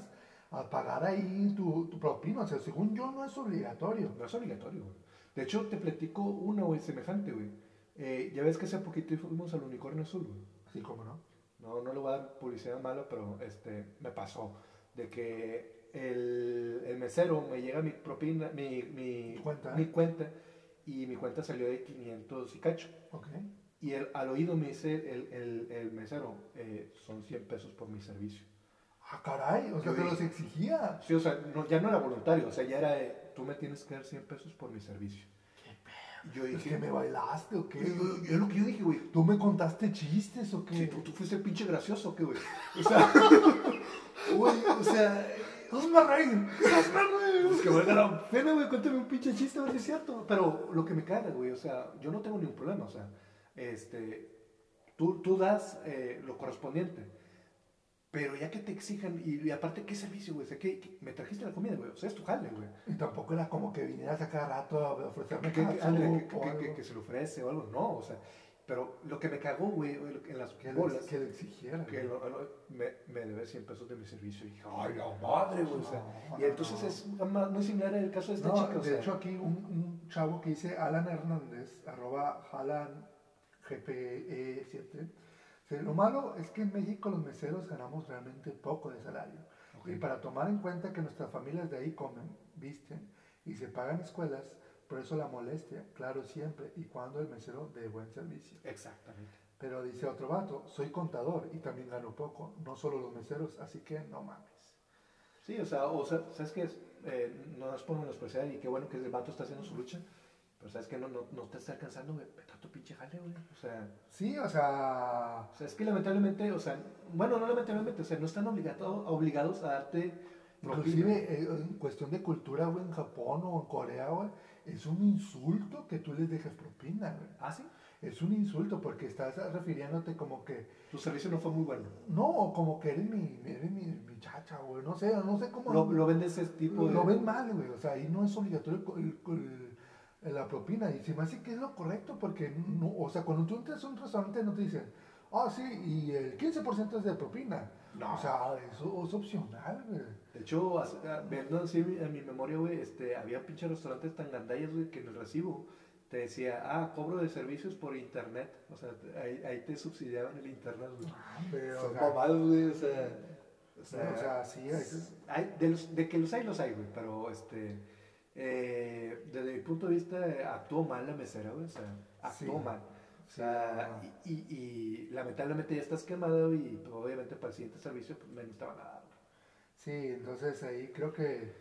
Speaker 1: a pagar ahí tu, tu propina. O sea, según yo, no es obligatorio.
Speaker 2: no es obligatorio, güey. De hecho, te platico una, güey, semejante, güey. Eh, ya ves que hace poquito fuimos al Unicornio Azul, güey.
Speaker 1: Así como no.
Speaker 2: No, no le voy a dar publicidad mala, pero este, me pasó. De que el, el mesero me llega mi propina, mi, mi,
Speaker 1: Tu cuenta.
Speaker 2: mi cuenta, y mi cuenta salió de 500 y cacho.
Speaker 1: Ok.
Speaker 2: Y el- al oído me dice el, el- el mesero, eh, son 100 pesos por mi servicio.
Speaker 1: Ah, caray, o sea,
Speaker 2: Yo
Speaker 1: te
Speaker 2: dije-
Speaker 1: los exigía.
Speaker 2: Sí, o sea, no- ya no era voluntario, o sea, ya era, eh, tú me tienes que dar 100 pesos por mi servicio. Y Yo
Speaker 1: ¿Es
Speaker 2: dije,
Speaker 1: que me bailaste o qué?
Speaker 2: es lo- es lo que yo dije, güey.
Speaker 1: ¿Tú me contaste chistes o qué?
Speaker 2: Sí, tú, tú fuiste el pinche gracioso, que güey. O sea, güey, o sea,
Speaker 1: ¡Hazme reír! ¡Hazme
Speaker 2: Es
Speaker 1: reír!
Speaker 2: que valga la pena, güey, cuéntame un pinche chiste, a ver si es cierto. Pero lo que me caga, güey, o sea, yo no tengo ningún problema, o sea, este, tú, tú das eh, lo correspondiente. Pero ya que te exijan, y, y aparte, ¿qué servicio, güey? O sea, ¿qué, qué- me trajiste la comida, güey? O sea, es tu jale, güey.
Speaker 1: Y tampoco era como que vinieras a cada rato a ofrecerme
Speaker 2: Que, que-
Speaker 1: caso
Speaker 2: ándale, que-
Speaker 1: o
Speaker 2: que-
Speaker 1: algo.
Speaker 2: que- que se le ofrece o algo, no, o sea. Pero lo que me cagó, güey, güey, en las
Speaker 1: Que le-
Speaker 2: bolas,
Speaker 1: que le exigiera.
Speaker 2: que lo- lo- me, me debe 100 pesos de mi servicio. Y dije, ay, la madre, güey. o sea,
Speaker 1: No,
Speaker 2: y entonces
Speaker 1: no.
Speaker 2: es más- muy similar el caso de esta
Speaker 1: No,
Speaker 2: chica. o
Speaker 1: de
Speaker 2: sea.
Speaker 1: hecho aquí un, un chavo que dice Alan Hernández, arroba Alan GPE7. dice, Lo malo es que en México los meseros ganamos realmente poco de salario.
Speaker 2: Ok.
Speaker 1: Y para tomar en cuenta que nuestras familias de ahí comen, visten y se pagan escuelas, por eso la molestia, claro, siempre y cuando el mesero dé buen servicio.
Speaker 2: Exactamente.
Speaker 1: Pero dice otro vato, soy contador y también gano poco, no solo los meseros, así que no mames.
Speaker 2: Sí, o sea, o sea ¿sabes qué? es? Eh, no es por menospreciar y qué bueno que el vato está haciendo su lucha, pero ¿sabes que No, no, no te está alcanzando, güey. Vete a tu pinche jale, güey. O sea,
Speaker 1: Sí, o sea,
Speaker 2: o sea, es que lamentablemente, o sea, bueno, no lamentablemente, o sea, no están obligado- obligados a darte propina.
Speaker 1: Inclusive eh, en cuestión de cultura, güey, en Japón o en Corea, güey, es un insulto que tú les dejes propina, güey.
Speaker 2: ¿Ah, sí?
Speaker 1: Es un insulto porque estás refiriéndote como que,
Speaker 2: Tu servicio no fue muy bueno.
Speaker 1: no, como que eres mi, eres mi, mi chacha, güey, no sé, no sé cómo...
Speaker 2: Lo, lo vendes ese tipo
Speaker 1: lo-
Speaker 2: de...
Speaker 1: lo ven mal, güey, o sea, ahí no es obligatorio el- el- el- la propina, y se me hace que es lo correcto porque, no, o sea, cuando tú entras a un restaurante no te dicen, ah, sí, y el 15% es de propina.
Speaker 2: No.
Speaker 1: O sea, eso es opcional, güey.
Speaker 2: De hecho, hace- ah, viendo así en mi memoria, güey, este, había pinches restaurantes tan gandallas, güey, que en el recibo te decía, ah, cobro de servicios por internet. O sea, te- ahí, ahí te subsidiaban el internet, güey.
Speaker 1: Pero,
Speaker 2: Son
Speaker 1: Ah, o sea,
Speaker 2: mamadas, güey, o sea. O
Speaker 1: Sí, o sea, sí, a veces-
Speaker 2: hay- de, los- de que los hay, los hay, güey, pero este. eh, desde mi punto de vista, eh, actuó mal la mesera, güey, o sea, actuó
Speaker 1: Sí.
Speaker 2: mal. O
Speaker 1: Sí,
Speaker 2: sea,
Speaker 1: no.
Speaker 2: y, y- y lamentablemente ya estás quemado y pues, obviamente para el siguiente servicio pues, menos te van a dar. güey.
Speaker 1: sí, entonces ahí creo que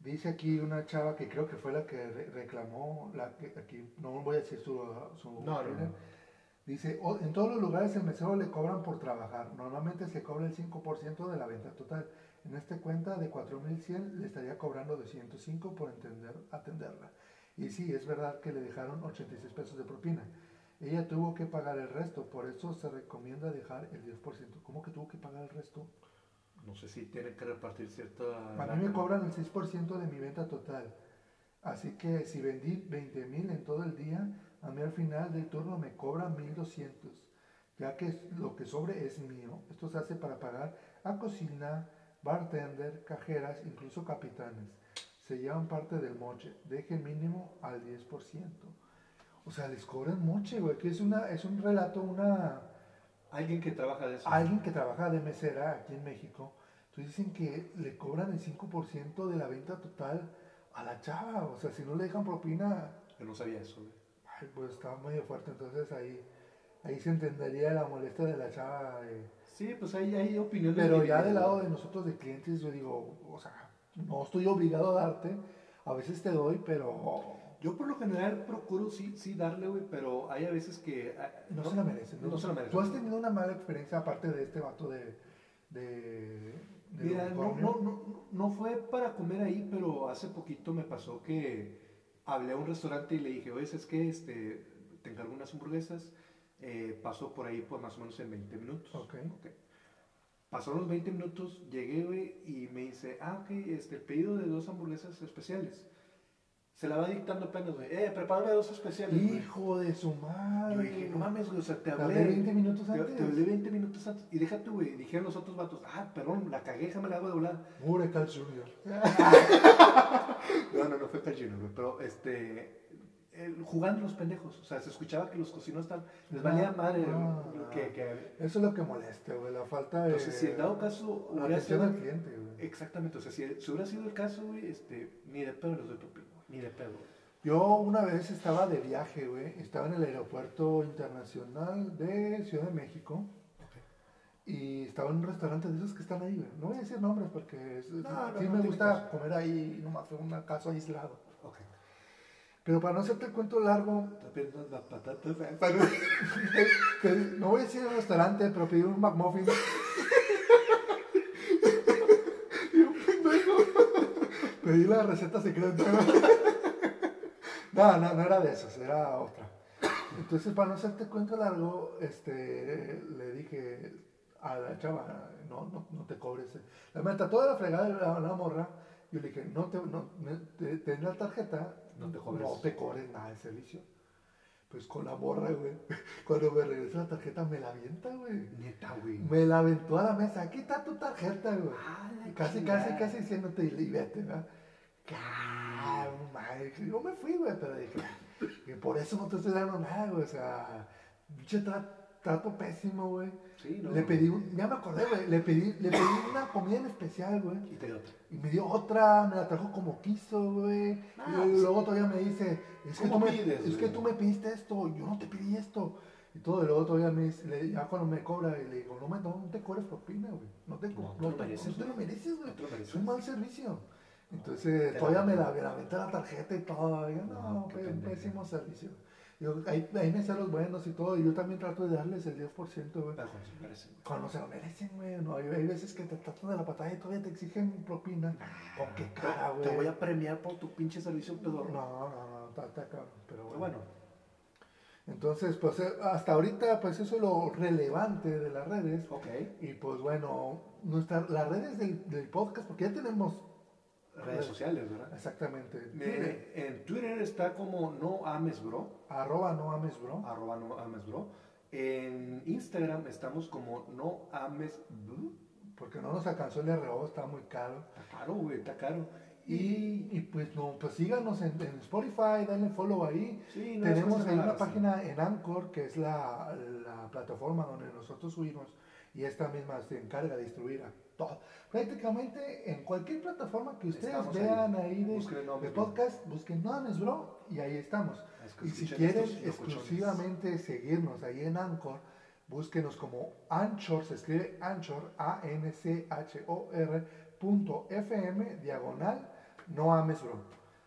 Speaker 1: dice aquí una chava que creo que fue la que re- reclamó, la que aquí no voy a decir su, su
Speaker 2: No, no, no.
Speaker 1: dice, "O- en todos los lugares el mesero le cobran por trabajar, normalmente se cobra el 5% de la venta total, en esta cuenta de 4100 le estaría cobrando 205 por entender, atenderla. Y sí, es verdad que le dejaron 86 pesos de propina. Ella tuvo que pagar el resto, por eso se recomienda dejar el 10%. ¿Cómo que tuvo que pagar el resto?
Speaker 2: No sé si tiene que repartir cierta.
Speaker 1: A mí me cobran el 6% de mi venta total. Así que si vendí 20 mil en todo el día, a mí al final del turno me cobran 1200, ya que es- lo que sobre es mío. Esto se hace para pagar a cocina, bartender, cajeras, incluso capitanes. Se llevan parte del moche. Deje mínimo al 10%. O sea, les cobran moche, güey, que es, una, es un relato, una,
Speaker 2: Alguien que trabaja de eso.
Speaker 1: alguien que trabaja de mesera aquí en México, entonces dicen que le cobran el 5% de la venta total a la chava. O sea, si no le dejan propina,
Speaker 2: Que no sabía eso, güey.
Speaker 1: ay, pues está medio fuerte. Entonces ahí, ahí se entendería la molestia de la chava. eh.
Speaker 2: Sí, pues hay, hay opiniones.
Speaker 1: Pero ya
Speaker 2: divididas,
Speaker 1: del lado
Speaker 2: güey.
Speaker 1: de nosotros, de clientes, yo digo, o sea, no estoy obligado a darte. A veces te doy, pero
Speaker 2: Yo por lo general procuro sí, sí darle, güey, pero hay a veces que... ah,
Speaker 1: No, se la merecen.
Speaker 2: No, se la merecen.
Speaker 1: Tú has tenido una mala experiencia aparte de este vato de. de, de
Speaker 2: Mira,
Speaker 1: Don
Speaker 2: no,
Speaker 1: Cornio.
Speaker 2: no, no, no fue para comer ahí, pero hace poquito me pasó que hablé a un restaurante y le dije, oye, es que este, te encargo unas hamburguesas. Eh, pasó por ahí por más o menos en 20 minutos.
Speaker 1: Ok.
Speaker 2: Ok. Pasaron los 20 minutos, llegué, güey, y me dice, ah, ok, este, el pedido de dos hamburguesas especiales. Se la va dictando apenas, güey, eh, prepárame dos especiales. güey.
Speaker 1: Hijo de su madre.
Speaker 2: Yo dije, no mames, güey, o sea, te
Speaker 1: Te
Speaker 2: hablé.
Speaker 1: hablé 20 minutos
Speaker 2: Te,
Speaker 1: antes.
Speaker 2: te hablé 20 minutos antes. Y déjate, güey. Dijeron los otros vatos, ah, perdón, la cagué, me la hago de volar.
Speaker 1: Mure Carl Jr.
Speaker 2: No, no, no fue Pachino, güey. Pero este. el- jugando los pendejos. O sea, se escuchaba que los cocineros estaban. Les valía
Speaker 1: No,
Speaker 2: madre
Speaker 1: no,
Speaker 2: güey,
Speaker 1: no.
Speaker 2: que, que-
Speaker 1: Eso es lo que molesta, güey. La falta de.
Speaker 2: Entonces, si en dado caso hubiera
Speaker 1: Atención
Speaker 2: sido.
Speaker 1: al cliente, güey.
Speaker 2: Exactamente, o sea, si, si hubiera sido el caso, güey, este, ni de pedo les doy propina, güey, ni de pedo.
Speaker 1: Yo una vez estaba de viaje, güey. Estaba en el aeropuerto internacional de Ciudad de México. Y estaba en un restaurante de esos que están ahí, güey. No voy a decir nombres porque es-
Speaker 2: No, no,
Speaker 1: sí
Speaker 2: no
Speaker 1: me
Speaker 2: tiene
Speaker 1: gusta
Speaker 2: caso.
Speaker 1: comer ahí, nomás fue un caso aislado.
Speaker 2: Ok.
Speaker 1: Pero para no hacerte el cuento largo,
Speaker 2: Está perdiendo las patatas.
Speaker 1: te- no voy a decir el restaurante, pero pedí un McMuffin. Pedí la receta secreta. No, no, no era de esas, era otra. Entonces, para no hacerte cuento largo, este, le dije a la chava, no, no, no te cobres. La meta, toda la fregada de la, la morra, yo le dije, no te, no, me- te, ten la tarjeta,
Speaker 2: No te cobres.
Speaker 1: no te cobres nada de servicio. Pues con la morra, güey. Cuando me regresa la tarjeta, me la avienta, güey.
Speaker 2: Neta, güey.
Speaker 1: Me la aventó a la mesa, aquí está tu tarjeta, güey.
Speaker 2: Ah, la
Speaker 1: Casi,
Speaker 2: chingada.
Speaker 1: casi, casi diciéndote y vete, ¿verdad? Ah, madre, que yo me fui, güey, pero dije, que por eso no te estoy dando nada, güey, o sea, pinche tra- trato pésimo, güey.
Speaker 2: Sí, no.
Speaker 1: Le pedí, un, ya me acordé, güey, le pedí, le pedí una comida en especial, güey.
Speaker 2: Y te dio otra.
Speaker 1: Y me dio otra, me la trajo como quiso, güey.
Speaker 2: Ah,
Speaker 1: y
Speaker 2: pues-
Speaker 1: luego, luego todavía me dice, es, que
Speaker 2: ¿Cómo
Speaker 1: tú me,
Speaker 2: pides,
Speaker 1: es que
Speaker 2: güey?
Speaker 1: tú me pediste esto, yo no te pedí esto. Y todo, y luego todavía me dice, le- ya cuando me cobra, y le digo, no, me, no, no te cobres propina, güey. No te, co-
Speaker 2: No te
Speaker 1: no
Speaker 2: lo
Speaker 1: te-
Speaker 2: mereces,
Speaker 1: no te lo
Speaker 2: güey.
Speaker 1: mereces, güey.
Speaker 2: No te lo mereces.
Speaker 1: Es un mal servicio. Entonces,
Speaker 2: Te
Speaker 1: todavía
Speaker 2: la-
Speaker 1: me la, me la aventé la tarjeta y todo. y yo, no,
Speaker 2: No, qué
Speaker 1: fue un
Speaker 2: pendejo.
Speaker 1: pésimo servicio. Yo, ahí, ahí me hacen los buenos y todo, y yo también trato de darles el 10%, güey.
Speaker 2: Pero con su parece, güey.
Speaker 1: Cuando se lo merecen, güey. No, hay, hay veces que te tratan de la patada y todavía te exigen propina. ¿Con qué cara, güey?
Speaker 2: Te voy a premiar por tu pinche servicio
Speaker 1: No,
Speaker 2: pedorro.
Speaker 1: no, no, está, está cabrón. Pero
Speaker 2: Pero
Speaker 1: bueno.
Speaker 2: bueno,
Speaker 1: Entonces, pues eh, hasta ahorita, pues eso es lo relevante de las redes.
Speaker 2: ok.
Speaker 1: Y pues bueno, nuestra, las redes del, del podcast, porque ya tenemos.
Speaker 2: Redes sociales, ¿verdad?
Speaker 1: Exactamente. Twitter,
Speaker 2: Eh, en Twitter está como no ames bro,
Speaker 1: Arroba no ames, bro.
Speaker 2: arroba no ames bro. En Instagram estamos como no ames bro.
Speaker 1: Porque no nos alcanzó el RO, está muy caro.
Speaker 2: Está caro, güey, está caro.
Speaker 1: Y,
Speaker 2: Y
Speaker 1: y pues no, pues síganos en, en Spotify, denle follow ahí.
Speaker 2: Sí, no,
Speaker 1: Tenemos
Speaker 2: después de
Speaker 1: ahí
Speaker 2: la
Speaker 1: una
Speaker 2: razón.
Speaker 1: página en Anchor, que es la, la plataforma donde nosotros subimos, y esta misma se encarga de distribuir a todo. Prácticamente en cualquier plataforma que ustedes
Speaker 2: Estamos ahí.
Speaker 1: vean ahí, de,
Speaker 2: Busquen No Ames
Speaker 1: de
Speaker 2: Bro.
Speaker 1: podcast, busquen No Ames Bro, y ahí estamos.
Speaker 2: Es que
Speaker 1: Y si
Speaker 2: escuchen
Speaker 1: quieren
Speaker 2: estos locochones.
Speaker 1: exclusivamente seguirnos ahí en Anchor, búsquenos como Anchor, se escribe Anchor, A-N-C-H-O-R, punto FM, diagonal, no ames bro.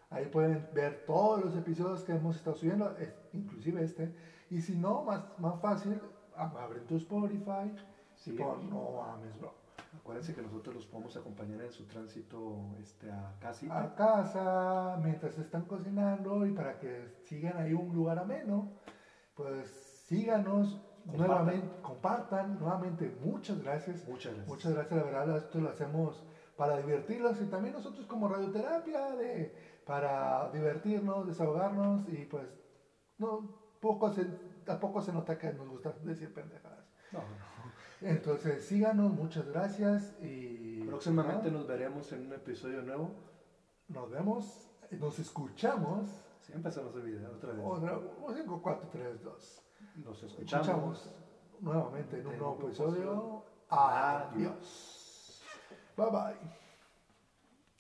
Speaker 1: Ahí pueden ver todos los episodios que hemos estado subiendo, es- inclusive este. Y si no, más, más fácil, a- abren tu Spotify
Speaker 2: Sí.
Speaker 1: y pon no ames bro.
Speaker 2: acuérdense que nosotros los podemos acompañar en su tránsito este, a
Speaker 1: A
Speaker 2: casita.
Speaker 1: casa, mientras están cocinando y para que sigan ahí un lugar ameno, pues síganos
Speaker 2: Compartan.
Speaker 1: nuevamente, compartan nuevamente. Muchas gracias.
Speaker 2: Muchas gracias.
Speaker 1: Muchas gracias, la verdad, esto lo hacemos para divertirlos y también nosotros como radioterapia, de, para divertirnos, desahogarnos y pues no, poco se, tampoco se nota que nos gusta decir pendejadas.
Speaker 2: No, no.
Speaker 1: Entonces síganos, muchas gracias y
Speaker 2: Próximamente
Speaker 1: ¿no?
Speaker 2: nos veremos en un episodio nuevo.
Speaker 1: nos vemos, nos escuchamos.
Speaker 2: Siempre se nos olvida, otra vez.
Speaker 1: Otra, 5, 4, 3, 2.
Speaker 2: Nos escuchamos.
Speaker 1: Oh, Escuchamos nuevamente en un nuevo
Speaker 2: Tengo
Speaker 1: episodio.
Speaker 2: Adiós.
Speaker 1: Adiós. Bye bye.